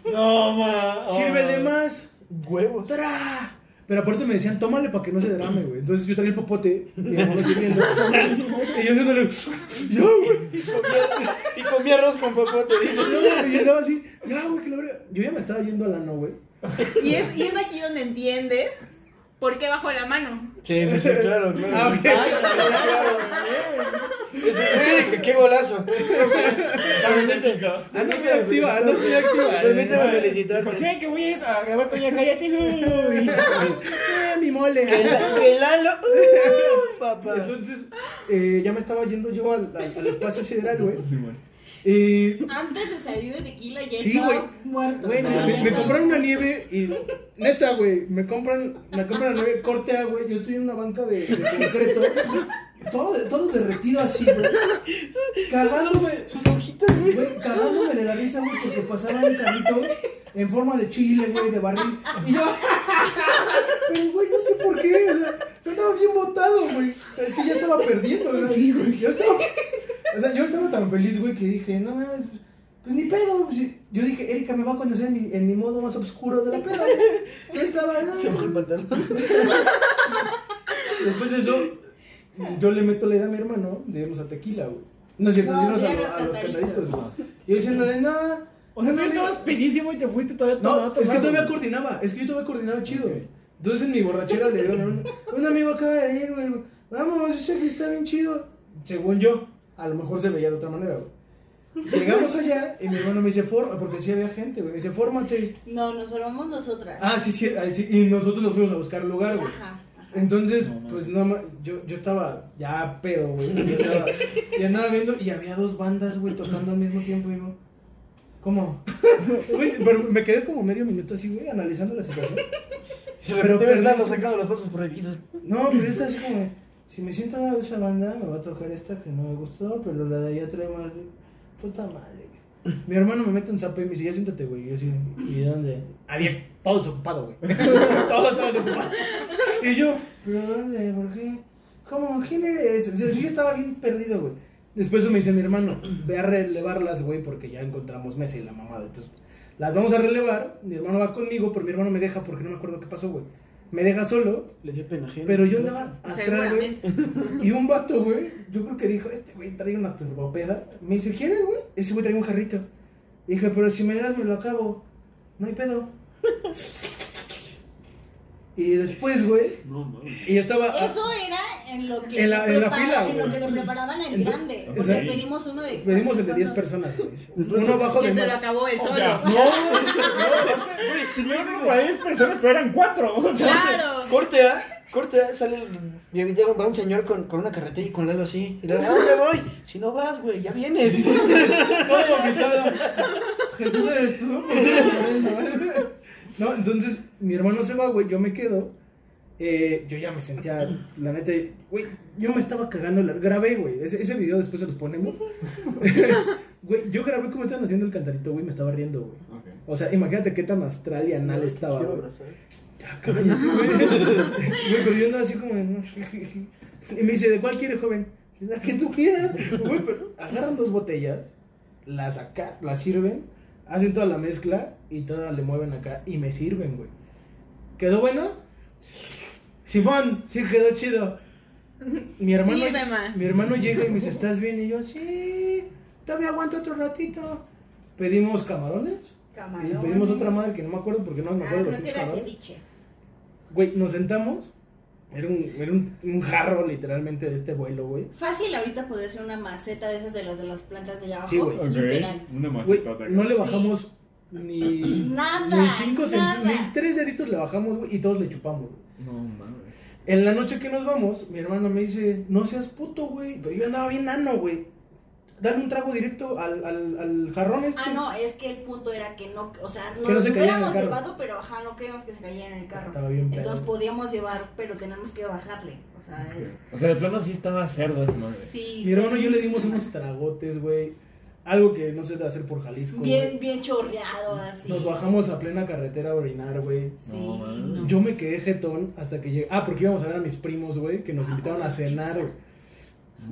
No, ma. Ah. Sírvele más. Huevos. ¡Tra! Pero aparte me decían, tómale para que no se derrame, güey. Entonces yo traía el popote, mi hermano sirviendo. y yo haciéndole, ya, güey. Y comí arroz con popote, dice. Y yo estaba así, ya, güey, que la verga. Yo ya me estaba yendo a la no, güey. Y es, y es aquí donde entiendes por qué bajó la mano. Sí, sí, sí, <laughs> claro, claro. Ah, ok. Ese- ¡Uy, qué golazo! Andas muy "Ah, activa, andas muy activa. Permíteme Eh, felicitarte. ¿Qué? Que voy a ir a grabar con ella, cállate, uy. Eh, mi mole. Que la- que Lalo, uh, papá. Entonces, eh, ya me estaba yendo yo al, al- al espacio sideral, güey. Eh, Antes de salir de tequila ya Sí, estaba güey. muerto. Güey, o me, sea, me- ya me estaba- compraron una nieve y. Neta, güey. Me compran, me compran la nieve, cortea, güey. Yo estoy en una banca de, de concreto. Todo, todo derretido así, güey. Cagándome. Sus hojitas, güey. Güey, cagándome de la risa, güey, porque pasaba un carrito en forma de chile, güey, de barril. Y yo. Pero, güey, no sé por qué. O sea, yo estaba bien botado, güey. O sea, es que ya estaba perdiendo, o sea, Yo estaba. O sea, yo estaba tan feliz, güey, que dije, no mames. Pues ni pedo, pues, yo dije, Erika me va a conocer en mi, en mi modo más oscuro de la peda. güey. Yo estaba, no, Se bajó el pantalón. Después de eso, yo le meto la idea a mi hermano de irnos a tequila, güey. No es cierto, No, de irnos a, eran lo- a los los cantaritos. cantaritos, güey. Y yo diciendo, de, no. O sea, no, tú amigo". estabas pedísimo y te fuiste todavía No, todo es que tomado, todavía güey. coordinaba, es que yo todavía coordinaba chido, Ok. güey. Entonces en mi borrachera le digo, a un, un amigo acaba de ir, güey, vamos, ese que está bien chido. Según yo, a lo mejor se veía de otra manera, güey. Llegamos allá y mi hermano me dice, forma, porque sí había gente, güey, me dice, fórmate. No, nos formamos nosotras. Ah, sí, sí, ah, sí, y nosotros nos fuimos a buscar lugar, güey. Ajá. ajá. Entonces, No, mames. pues nada más, yo, yo estaba ya pedo, güey. Y andaba, y andaba viendo y había dos bandas, güey, tocando al mismo tiempo y no. ¿Cómo? <laughs> Güey, pero me quedé como medio minuto así, güey, analizando la situación. Si de Pero repente ves perdiste. Lalo sacando las cosas prohibidas. No, pero esta es como, si me siento al lado de esa banda, me va a tocar esta que no me gustó, pero la de allá trae más, ri- puta madre, güey. Mi hermano me mete un zapo y me dice, ya siéntate, güey. Y yo así, ¿y dónde? Había todo desocupado, güey. <laughs> todo estaba desocupado. Y yo, ¿pero dónde? ¿Por qué? ¿Cómo? ¿Quién eres? O sea, yo estaba bien perdido, güey. Después me dice mi hermano, ve a relevarlas, güey, porque ya encontramos mesa y la mamada. Entonces, las vamos a relevar. Mi hermano va conmigo, pero mi hermano me deja porque no me acuerdo qué pasó, güey. Me deja solo Le dio pena ajena. pero yo andaba astral, güey. Seguramente. Y un vato, güey, yo creo que dijo, este güey trae una turbopeda. Me dice, ¿quieres, güey? Ese güey trae un jarrito. Y dije, pero si me das, me lo acabo. No hay pedo. y después, güey, No, mames. y yo estaba... Eso era en lo que En la- nos en la prepara- fila, en güey. lo que nos preparaban el Entonces, grande. o Porque sea, pedimos uno de. Pedimos el de 10 personas, güey. Uno abajo de... Que se lo más. acabó el O solo. sea, no, güey, tenían como a 10 personas, pero eran 4. O sea, Claro. Corte A, corte A, sale el- llega- llega- va un señor con, con una carretilla y con Lalo así. Y le dice, ¿a dónde voy? Si no vas, güey, ya vienes. <laughs> Todo vomitado. Jesús eres tú. <laughs> No, entonces mi hermano se va, güey, yo me quedo. Eh, yo ya me sentía, la neta, güey, yo me estaba cagando. la- Grabé, güey, ese, ese video después se los ponemos. Güey, yo grabé cómo estaban haciendo el cantarito, güey, me estaba riendo, güey. O sea, imagínate qué tan astral y anal estaba, Quiero güey. abrazar. Ya, cállate, güey. Güey, pero yo andaba así como. de, "No". Y me dice, ¿de cuál quieres, joven? La que tú quieras. Güey, pero agarran dos botellas, las acá, las sirven, hacen toda la mezcla y todas le mueven acá y me sirven, güey. ¿Quedó bueno? Simón, sí quedó chido. Mi hermano, Sirve más. mi hermano llega y me dice, ¿estás bien? Y yo, sí, todavía aguanto otro ratito. Pedimos camarones y Camarones. pedimos otra madre que no me acuerdo porque no me Ah, acuerdo de los creo que pinches era camarones. ceviche. Güey, nos sentamos. Era un, era un, un jarro literalmente de este vuelo, güey. Fácil, ahorita podría ser una maceta de esas de las de las plantas de allá abajo. Sí, güey. Literal. Ok, una Güey, macetota. no le bajamos ni, <clears throat> Nada, ni cinco cent- nada. ni tres deditos le bajamos, güey, y todos le chupamos, güey. No mames. En la noche que nos vamos, mi hermano me dice, no seas puto, güey. Pero yo andaba bien nano, güey. Dale un trago directo al, al, al jarrón este. Ah, no, es que el punto era que no, o sea, Que no nos se cayera en el hubiéramos carro. llevado, pero ajá, no queríamos que se cayera en el carro. Estaba bien pedo. Entonces podíamos llevar, pero tenemos que bajarle. O sea, el- O sea, de plano sí estaba cerdo esa madre. sí. Mi hermano y yo le sí, dimos unos tragotes, güey. Algo que no se debe hacer por Jalisco, Bien, güey. bien chorreado así. Nos bajamos a plena carretera a orinar, güey. Sí, No, no. Yo me quedé jetón hasta que llegué. Ah, porque íbamos a ver a mis primos, güey, que nos invitaron a cenar, güey.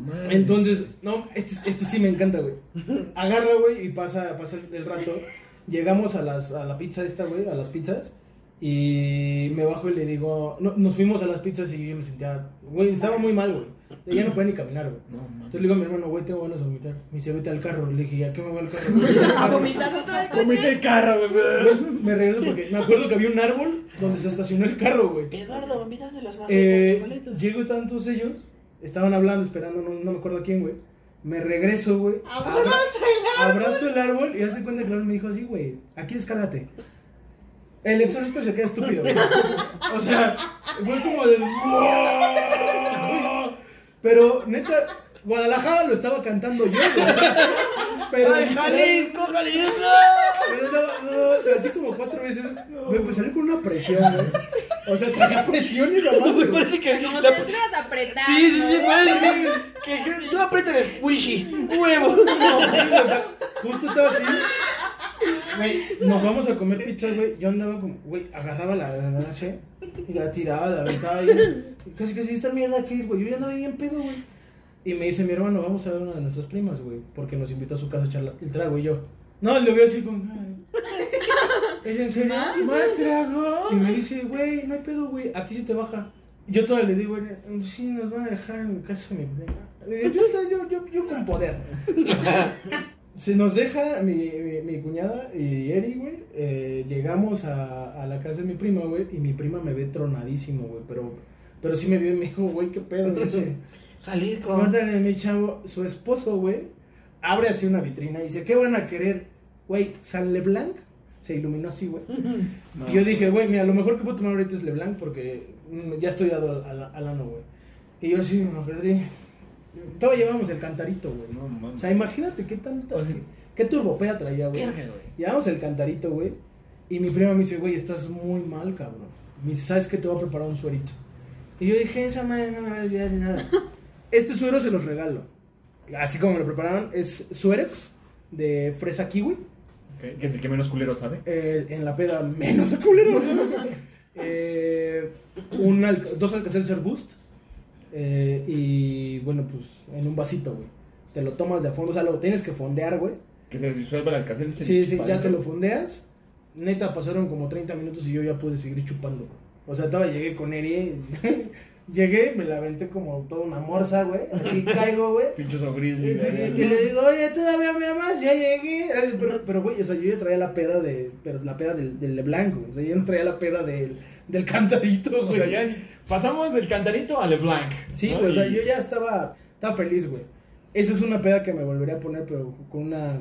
Madre. Entonces, no, este, esto, esto sí me encanta, güey. Agarra, güey, y pasa, pasa el, el rato. Llegamos a, las, a la pizza esta, güey, a las pizzas. Y me bajo y le digo, no, nos fuimos a las pizzas y yo me sentía, güey, estaba muy mal, güey. Ya no podía ni caminar, güey. No mames. Entonces le digo a mi hermano, güey, tengo ganas de vomitar. Me dice, vete al carro. Le dije, ¿y a qué me voy al carro? A <laughs> vomitar otra vez. <laughs> Comete el carro, güey. me regreso porque me acuerdo que había un árbol donde se estacionó el carro, güey. Eduardo, vomitas de las macetas, Eh, paletas. llego, estaban todos ellos, estaban hablando, esperando, no, no me acuerdo a quién, güey. Me regreso, güey. Abrazo Ah, el Abrazo el árbol y hace cuenta que el árbol me dijo así, güey, aquí descárgate. El exorcista se queda estúpido, güey. O sea, fue como de. "Wow". Pero, neta, Guadalajara lo estaba cantando yo, güey. O sea, Pero. Jalisco, Jalisco! Pero no, no, así como cuatro veces. Güey, pues salió con una presión, güey. O sea, traía presiones la madre, Güey, güey. parece que. Que Como si la- estuvieras apretando. Sí, sí, sí, parece que- que. que- Tú aprieta el squishy. ¡Huevo! O sea, justo estaba así. Güey, nos vamos a comer pizzas, güey. Yo andaba como, güey, agarraba la granache y la tiraba, la aventaba ahí. Y Casi, casi, esta mierda que es, güey. Yo ya andaba bien pedo, güey. Y me dice mi hermano, vamos a ver una de nuestras primas, güey. Porque nos invitó a su casa a echar la- el trago. Y yo, no, le veo así como, <laughs> "Ay". ¿es Ah, en serio? ¿Más trago? Y me dice, güey, no hay pedo, güey. Aquí se te baja. Y Yo todavía le digo, güey, sí, nos van a dejar en casa mi prima. Eh, Yo, yo, yo, yo con <laughs> poder. Se nos deja mi, mi, mi cuñada y Eri, güey. eh, llegamos a, a la casa de mi prima, güey. Y mi prima me ve tronadísimo, güey. Pero, pero sí me vio y me dijo, güey, qué pedo. Y dice, Jalisco. Córtale, mi chavo. Su esposo, güey, abre así una vitrina y dice, ¿qué van a querer? Güey, San Ah, Leblanc se iluminó así, güey. Y yo dije, güey, mira, lo mejor que puedo tomar ahorita es Leblanc porque mm, ya estoy dado al, al- al ano, güey. Y yo sí me perdí. Todos llevamos el cantarito, güey. No O mames. sea, imagínate qué tanta. O sea, qué, qué turbopea traía, güey. Verga, güey. Llevamos el cantarito, güey. Y mi prima me dice, güey, estás muy mal, cabrón. Me dice, ¿sabes qué? Te voy a preparar un suerito. Y yo dije, esa madre no me va a desviar ni nada. este suero se los regalo. Así como me lo prepararon, es suerex de fresa kiwi. Ok, Que es el que menos culero sabe. Eh, en la peda menos <laughs> a culero. Eh, un alca- dos Alka-Seltzer Boost. eh, y bueno, pues en un vasito, güey. Te lo tomas de a fondo, o sea, lo tienes que fondear, güey. Que se disuelve el alcacel. y se Sí, sí, dispara. ya te lo fondeas. Neta, pasaron como 30 minutos y yo ya pude seguir chupando. O sea, estaba, llegué con Eri. <laughs> llegué, me la aventé como toda una morsa, güey. Así caigo, güey. Pinchos Y, ogrisli. y- y le digo, oye, todavía me amas, ya llegué. Ay, Pero, pero, güey, o sea, yo ya traía la peda de, pero la peda del, del LeBlanc, güey. O sea, yo ya traía la peda del, del cantadito, güey. O sea, ya pasamos del cantarito a LeBlanc. Sí, ¿no? güey, o sea, Y- yo ya estaba, estaba feliz, güey. Esa es una peda que me volvería a poner, pero con una.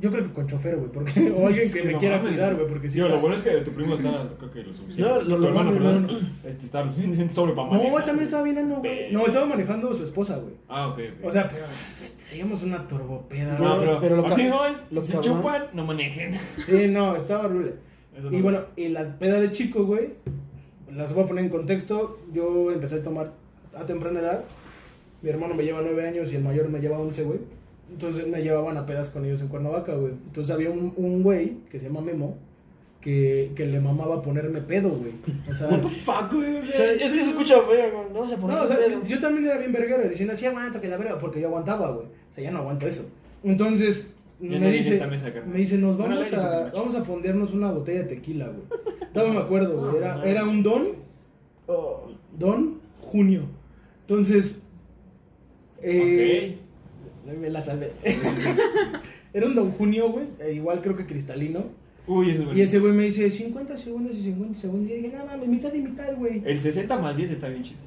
Yo creo que con chofer, güey, porque <laughs> o alguien que Sí, me no quiera mames, cuidar, güey, porque si Digo, lo bueno es que tu primo está, creo que lo suficiente. No, lo- tu lo hermano, bueno, perdón, no, este, estaba lo suficientemente sobre para No, también estaba bien, ano, güey. No, estaba manejando su esposa, güey. Ah, ok, ok. O sea, pero traíamos una turbopeda, no, güey. pero, pero lo ca- amigos, lo si cabrón. chupan, no manejen. Sí, no, estaba horrible. Eso Y no- bueno, y la peda de chico, güey, las voy a poner en contexto. Yo empecé a tomar a temprana edad. Mi hermano me lleva 9 años y el mayor me lleva 11, güey. Entonces me llevaban a pedas con ellos en Cuernavaca, güey. Entonces había un, un güey que se llama Memo que, que le mamaba ponerme pedo, güey. O <laughs> sea, Fuck, güey. o sea, Sí. Es que se escucha feo, güey. No vamos a poner. no, o sea, pedo. yo también era bien verguero, diciendo así aguanta que la verga, porque yo aguantaba, güey. O sea, ya no aguanto eso. Entonces, Ya me no dice, viniste a mesa, carnal. me dice, nos Bueno, vamos la a, Erika, vamos a fondearnos una botella de tequila, güey. Todavía me acuerdo, güey. Ah, Era, era un don, Oh. don junio. Entonces, eh, me la salvé. <laughs> era un don junio, güey. eh, igual creo que cristalino. Uy, eso es Y bueno. ese güey me dice 50 segundos y 50 segundos. Y yo dije, nada mames, mitad y mitad, güey. <laughs> El 60 más 10 está bien chido.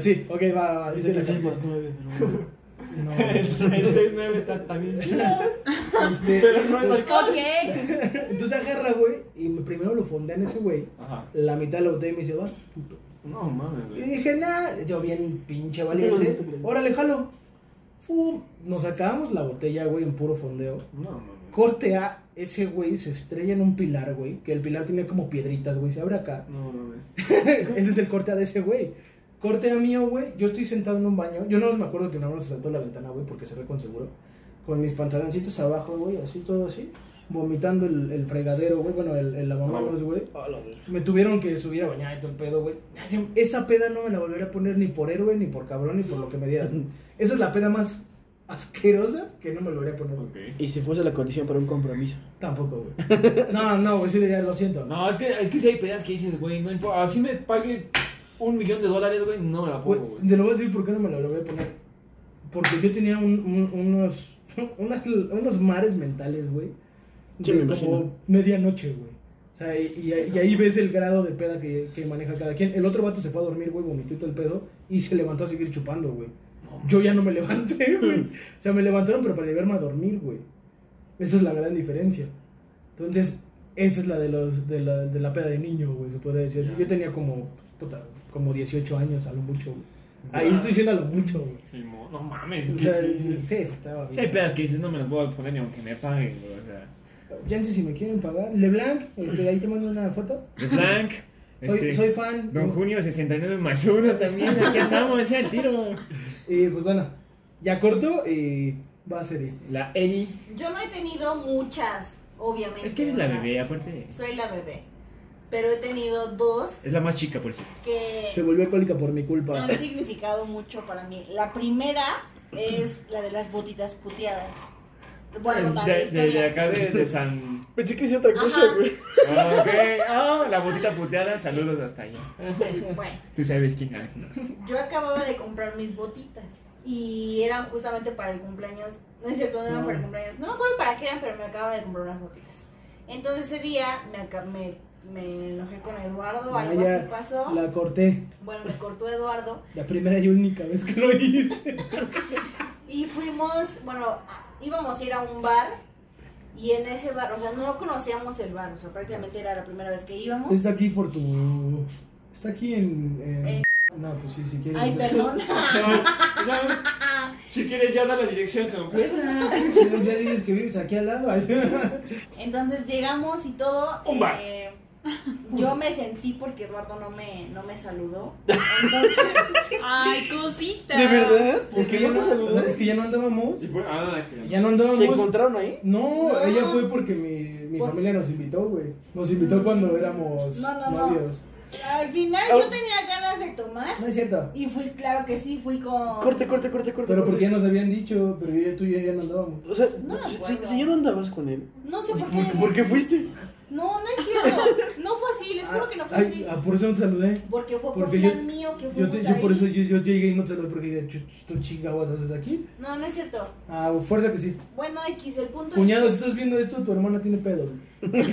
sí, ok, va, va, va. Es dice el la 6 canción. más 9, pero bueno. No. <laughs> <laughs> El 69 está, está bien chido. Este, Pero no es alcohol. Ok. Entonces agarra, güey, y me- primero lo fondean ese güey. Ajá. La mitad de la botella y me dice, vas, puto. No mames, Y güey. dije, nah, yo bien pinche valiente. Órale, jalo. Fu, nos acabamos la botella, güey, en puro fondeo. No mames. Corte A, ese güey se estrella en un pilar, güey. Que el pilar tiene como piedritas, güey, se abre acá. <laughs> No mames. ese es el corte A de ese güey. Corte A mío, güey. Yo estoy sentado en un baño. Yo no me acuerdo que una vez se saltó la ventana, güey, porque cerré con seguro. Con mis pantaloncitos abajo, güey, así todo así. Vomitando el, el fregadero, güey. Bueno, el, el lavamanos, güey. Hola, güey. Me tuvieron que subir a bañar y todo el pedo, güey. Ay, Esa peda no me la volveré a poner ni por héroe, ni por cabrón, ni por lo que me dieran. Esa es la peda más asquerosa que no me volveré a poner. güey. Ok. Y si fuese la condición para un compromiso. Tampoco, güey. No, no, güey, sí, ya lo siento. No, es que, es que si hay peleas que dices, güey, no importa. Así me pague un millón de dólares, güey, no me la Güey, pongo, güey. te lo voy a decir por qué no me lo logré poner. Porque yo tenía un- un- unos, <laughs> unas- unos mares mentales, güey. Sí, de me imagino. como medianoche, güey. O sea, y, y ahí- y ahí ves el grado de peda que, que maneja cada quien. El otro vato se fue a dormir, güey, vomitó y todo el pedo y se levantó a seguir chupando, güey. Yo ya no me <laughs> levanté, güey. O sea, me levantaron pero para llevarme a dormir, güey. Esa es la gran diferencia. Entonces, esa es la de los de la, de la peda de niño, güey, se podría decir. así. Yo tenía como puta, como 18 años a lo mucho, güey. Ahí estoy diciendo a lo mucho, güey. Sí, mo- no mames. O es que sea, sí. sí, estaba. Si hay bien. pedas que dices, no me las voy a poner ni aunque me paguen, güey. O sea, Ya no sé si me quieren pagar. LeBlanc, este, ahí te mando una foto. <laughs> LeBlanc. Soy, este, soy fan. Don Junio 69 más uno también. Aquí andamos, ese el tiro. Y pues bueno, ya corto y va a ser. y- La Eri. Yo no he tenido muchas, obviamente. Es que eres la ¿verdad? bebé, aparte. Soy la bebé. Pero he tenido dos Es la más chica, por eso. que Se volvió alcohólica por mi culpa. han significado mucho para mí. La primera es la de las botitas puteadas. Voy a contar la De, de- de historia. acá de, de <laughs> San. Pensé que hice otra cosa, Ajá. güey. Ok, ah, la botita puteada, saludos hasta allá. <laughs> Bueno, Tú sabes quién es, ¿no? yo acababa de comprar mis botitas y eran justamente para el cumpleaños. No es cierto, no eran para el cumpleaños. No me acuerdo para qué eran, pero me acababa de comprar unas botitas. Entonces ese día me, aca- me, me enojé con Eduardo, algo Vaya, así pasó. Ah, La corté. Bueno, me cortó Eduardo La primera y única vez que lo hice. Y fuimos, bueno, a- íbamos a ir a un bar Y en ese bar, o sea, no conocíamos el bar, o sea, prácticamente era la primera vez que <laughs> íbamos. Está aquí por tu. Está aquí en. en- Eh. No, pues sí, si quieres. Ay, <laughs> perdón. Si quieres ya da la dirección completa. Si no, ya dices que vives aquí al lado. <laughs> ahí. Entonces llegamos y todo. Un bar. eh, yo me sentí porque Eduardo no me, no me saludó. Entonces, Ay, cosita. ¿De verdad? Es que, ya no, es que ya no andábamos. Sí, bueno, ah, es que ya. Ya no andábamos. ¿Se encontraron ahí? No, ella fue porque mi, mi familia nos invitó, güey. Nos invitó cuando éramos Mm. No, no, no. novios. al final yo tenía ganas de tomar. No. es cierto. Y fui, claro que sí, fui con. Corte, corte, corte, corte. Pero corte. porque ya nos habían dicho, pero yo, tú y yo ya no andábamos. O sea, No me si, acuerdo. si ya no andabas con él, No sé ¿por, por qué. por qué fuiste? No, no es cierto. No fue así, les juro que no fue Ay, así. ah, por eso no te saludé. Porque fue por porque yo- plan mío que Yo, fuimos te- yo ahí. por eso yo, yo llegué y no te saludé porque dije, "Ch- tú chingaguas haces aquí. No, no es cierto. Ah, fuerza que sí. Bueno, X, el punto Cuñado, si es estás viendo esto, tu hermana tiene pedo. güey. que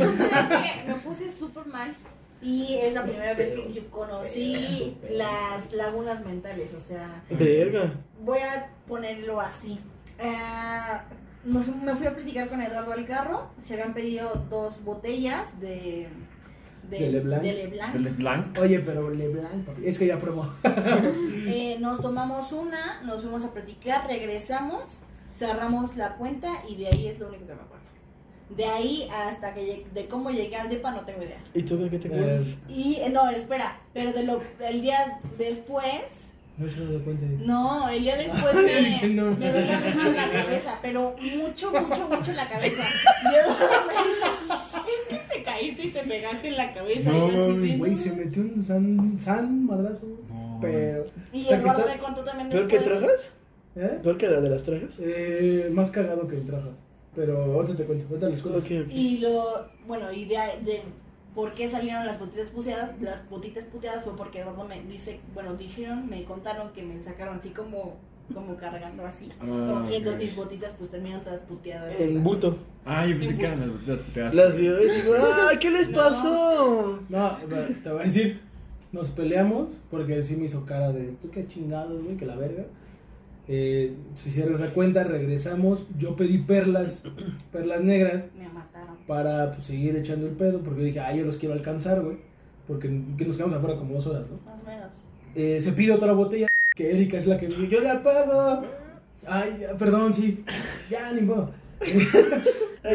me puse súper mal. Y es la primera vez que yo conocí las lagunas mentales. O sea, Verga. voy a ponerlo así. Ah, nos- me fui a platicar con Eduardo al carro. Se habían pedido dos botellas de. De Leblanc. de Leblanc. Del Blanc. Oye, pero Leblanc, papi, es que ya probó. Eh, nos tomamos una, nos fuimos a platicar, regresamos, cerramos la cuenta y de ahí es lo único que me acuerdo. De ahí hasta que lleg- de cómo llegué al depa no tengo idea. ¿Y tú de qué te acuerdas? Eh, Y eh, no, espera, pero de lo el día después, No se dado cuenta. no, el día después Ay, me, no. me dolía mucho la cabeza, pero mucho, mucho, mucho la cabeza. Yo- <laughs> es que te caíste y te pegaste en la cabeza. No, y yo así de, Güey, se metió un san, san madrazo. No. Pero. Y o sea, que Eduardo está- me contó también ¿Peor que después. trajas? ¿Eh? ¿Peor que la de las trajas? Eh, más cagado que en trajas. Pero ahorita te cuento, ahorita les cuento. Ok, ok. Y lo, bueno, y de, de por qué salieron las botitas puteadas, las botitas puteadas fue porque Eduardo me dice, bueno, dijeron, me contaron que me sacaron así como, como cargando así. Ah, y entonces ok. mis botitas pues terminaron todas puteadas. En buto. Ah, yo pensé que eran las, las puteadas. Las vio y digo, ¡ah! ¿Qué les pasó? No, te voy a decir, nos peleamos porque sí me hizo cara de, tú qué chingado, güey, que la verga. Eh, si cierras la cuenta, regresamos. Yo pedí perlas, perlas negras, Me mataron. para pues, seguir echando el pedo, porque dije, ah, yo los quiero alcanzar, güey. Porque que nos quedamos afuera como dos horas, ¿no? Más o menos. Eh, se pide otra botella, que Erika es la que me dijo, yo la pago. Ay, ya, perdón, sí. Ya, ni modo. Ay,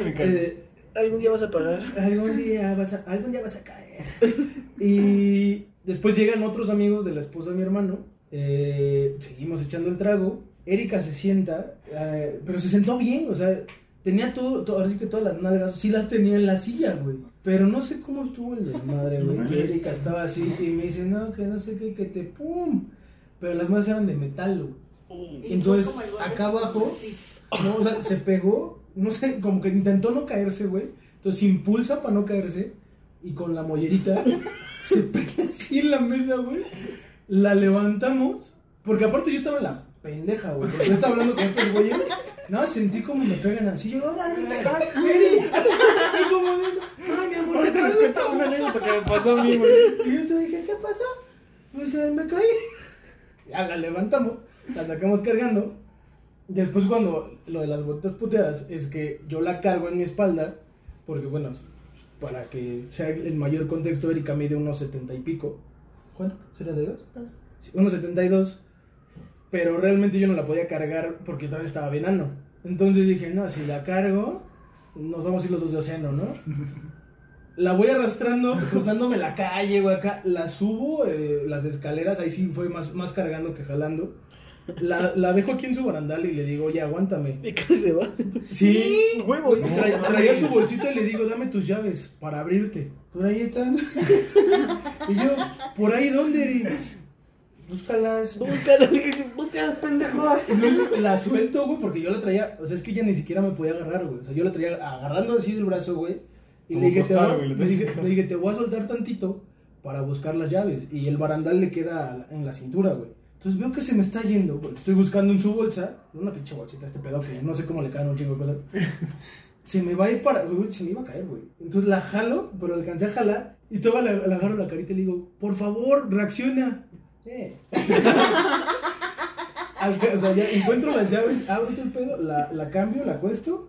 me encanta. Eh, Algún día vas a pagar. Algún día vas a, algún día vas a caer. Y después llegan otros amigos de la esposa de mi hermano. eh, seguimos echando el trago. Erika se sienta, eh, pero se sentó bien, o sea, tenía todo, todo- ahora sí que todas las nalgas, sí las tenía en la silla, güey. Pero no sé cómo estuvo el desmadre, güey. Que Erika estaba así y me dice, no, que no sé qué, que te pum. Pero las más eran de metal, güey. Y Entonces, fue como el golpe. acá abajo, Sí. no, o sea, se pegó, no sé, como que intentó no caerse, güey. Entonces impulsa para no caerse y con la <laughs> mollerita se pega así en la mesa, güey. La levantamos, porque aparte yo estaba en la pendeja, güey. porque Yo estaba hablando con estos güeyes. No, sentí como me pegan así. Yo, órale, te <laughs> caes, güey. Y como, ay, mi amor, te Ahorita les caes. cuento una anécdota que me pasó a mí, güey. Y yo te dije, ¿qué pasó? Me dice, me caí. Ya la levantamos, la sacamos cargando. Después cuando lo de las botas puteadas es que yo la cargo en mi espalda, porque bueno, para que sea el mayor contexto, Erika mide unos 70 y pico. ¿Cuánto? ¿72? Dos. Sí, unos 72. Pero realmente yo no la podía cargar porque todavía estaba venano. Entonces dije, no, si la cargo, nos vamos a ir los dos de océano, ¿no? La voy arrastrando, cruzándome la calle, güey, acá. La subo, eh, las escaleras, ahí sí fue más, más cargando que jalando. La, la dejo aquí en su barandal y le digo, oye, aguántame. Y casi se va. Sí, Huevos. Tra- traía su bolsita y le digo, dame tus llaves para abrirte. Por ahí están. <laughs> y yo, ¿por ahí dónde? Eri?" Búscalas. Búscalas, búscalas, pendejo. <laughs> Entonces la suelto, güey, porque yo la traía. O sea, es que ella ni siquiera me podía agarrar, güey. O sea, yo la traía agarrando así del brazo, güey. Y Como le dije, costal, te voy- güey, le le, dije, traes. le dije, te voy a soltar tantito para buscar las llaves. Y el barandal le queda a la- en la cintura, güey. Entonces veo que se me está yendo, porque estoy buscando en su bolsa, una pinche bolsita, este pedo que no sé cómo le caen un chingo de <laughs> cosas. Se me va a ir para. güey, se me iba a caer, güey. Entonces la jalo, pero alcancé a jalar. Y todavía le, le agarro la carita y le digo, por favor, reacciona. Eh. Alca- o sea, ya encuentro las llaves, abro todo el pedo, la, la cambio, la acuesto.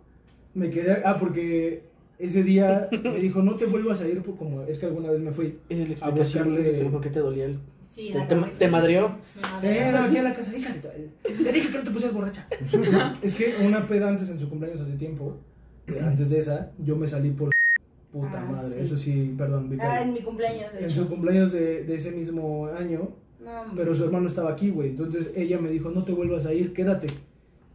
me quedé. Ah, porque ese día me dijo, no te vuelvas a ir, por- como es que alguna vez me fui. Esa es la A explicación buscarle- de por qué te dolía el... Sí, Te, la te- cabeza. te <laughs> madreó. Me madreó. Eh, no, aquí a la casa, hija, te te dije que no te pusieras borracha. <laughs> es que una peda antes en su cumpleaños hace tiempo, eh, antes de esa, yo me salí por puta Ah, madre. sí. Eso sí, perdón, viva. Ah, en mi cumpleaños, de En su hecho. cumpleaños de, de ese mismo año, No, hombre. pero su hermano estaba aquí, güey. Entonces ella me dijo, no te vuelvas a ir, quédate.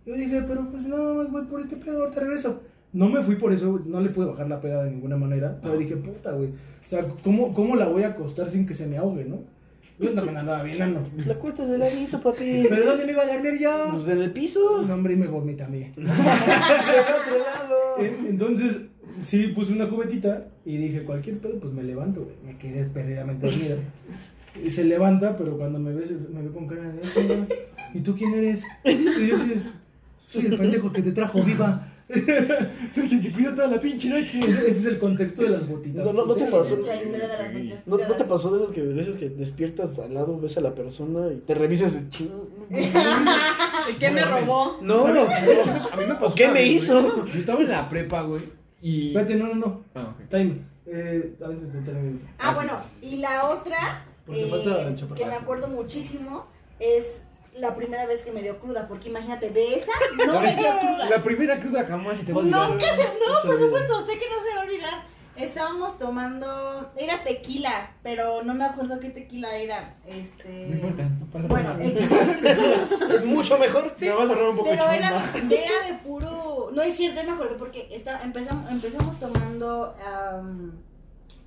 Yo dije, pero pues nada más voy por este pedo, ahorita regreso. No me fui por eso, güey, no le pude bajar la peda de ninguna manera. Pero Ah. dije, puta, güey. O sea, ¿cómo, ¿cómo la voy a acostar sin que se me ahogue, no? Yo también andaba bien, ano. La cuesta del ladito, papi. ¿Pero dónde me iba a dormir yo? Pues en el piso. <laughs> No, hombre, y me vomita a mí. Del otro lado. En- Entonces, sí, puse una cubetita y dije, cualquier pedo, pues me levanto, güey. Me quedé perdidamente dormida. Y se levanta, pero cuando me ve, se- me ve con cara de... "Ay, no, ¿Y tú quién eres? Y yo soy, soy el pendejo que te trajo viva. <laughs> soy quien te cuida toda la pinche noche. Ese es el contexto de las botitas. No, no, no te puteras. Esa pasó. es la historia de las muchas ¿No, no te pedas. pasó de esas que, de esas que despiertas al lado, ves a la persona y te revisas de chingo? ¿Qué me robó? No, no. A mí me ¿O <laughs> qué una me vez, hizo? güey. Yo estaba en la prepa, güey. Y. <laughs> Espérate, no, no, no. Ah, ok. Time. Eh, a veces te termino. Ah, bueno, y la otra Porque eh, falta el chaparrazo. que me acuerdo muchísimo es la primera vez que me dio cruda, porque imagínate, de esa no me dio cruda. La primera cruda jamás se te va a olvidar. Nunca se, no, Eso por olvida. supuesto, sé que no se va a olvidar. Estábamos tomando, era tequila, pero no me acuerdo qué tequila era. Este, No importa. no pasa Bueno, nada. el que- Mucho mejor. Me vas a ahorrar un poco de pero era, chamba. era de puro. No es cierto, yo me acuerdo porque está, empezamos, empezamos tomando am,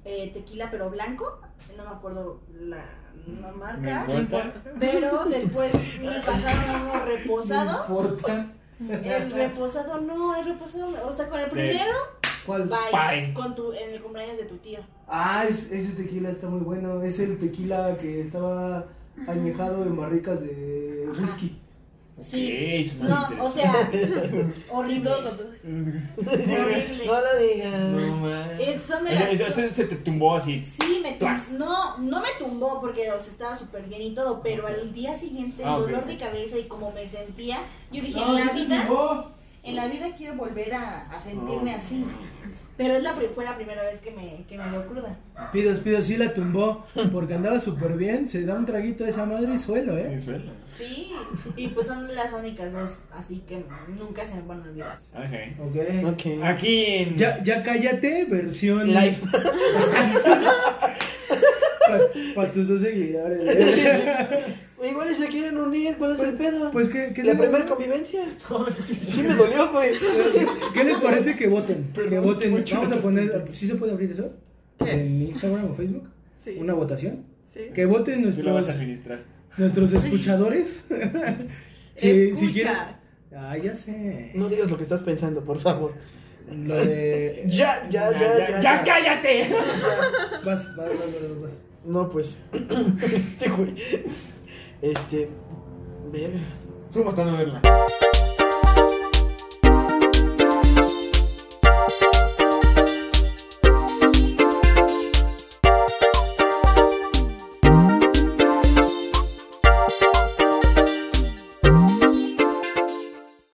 eh, tequila, pero blanco. No me acuerdo la, la Mm, Me marca. importa. Pero <laughs> después me pasaron uno reposado. importa. <laughs> El reposado no, el reposado. O sea, con el primero, ¿Cuál? bye. Bye. Con tu, en el cumpleaños de tu tío. Ah, es- ese tequila está muy bueno. Es el tequila que estaba añejado en barricas de whisky. Sí. Ok, suena No, o interesante. sea, <laughs> horrible. Horrible. No lo digas. No mames. Es- son de Ese- ese- las- ese se te tumbó así. Sí, me tum- Tlas. no, no me tumbó porque o sea, estaba súper bien y todo, pero al día siguiente el Ah, ok. dolor de cabeza y como me sentía, yo dije, en la vida, en la vida quiero volver a, a sentirme Ah, así. Pero es la, pri- fue la primera vez que me, que me dio cruda. Pidos, pidos, sí la tumbó. Porque andaba súper bien. Se da un traguito de esa madre y suelo, ¿eh? Venezuela. Sí, y pues son las únicas dos, así que nunca se me van a olvidar. Ok. Ok. Ok. Aquí en. Ya, ya cállate, versión. <laughs> Live. Para tus dos seguidores. <laughs> ¿eh? Igual y se quieren unir, ¿cuál es el pedo? Pues, ¿qué, qué, la les- primera convivencia. Sí me dolió, güey. ¿qué les parece que voten? que Perdón, voten. mucho. Vamos a poner. ¿Sí se puede abrir eso? ¿En Instagram o Facebook? Sí. ¿Una votación? Sí. Que voten Tú la vas a nuestros. administrar. Nuestros escuchadores. si, si Escucha. quieren. Ah, ya sé. No digas lo que estás pensando, por favor. Lo de. Ya, ya, ya, ya. ya, cállate. Vas, vas, vas, vas, vas. No, pues. <laughs> Este güey. Este. Verga. Somos tan a verla.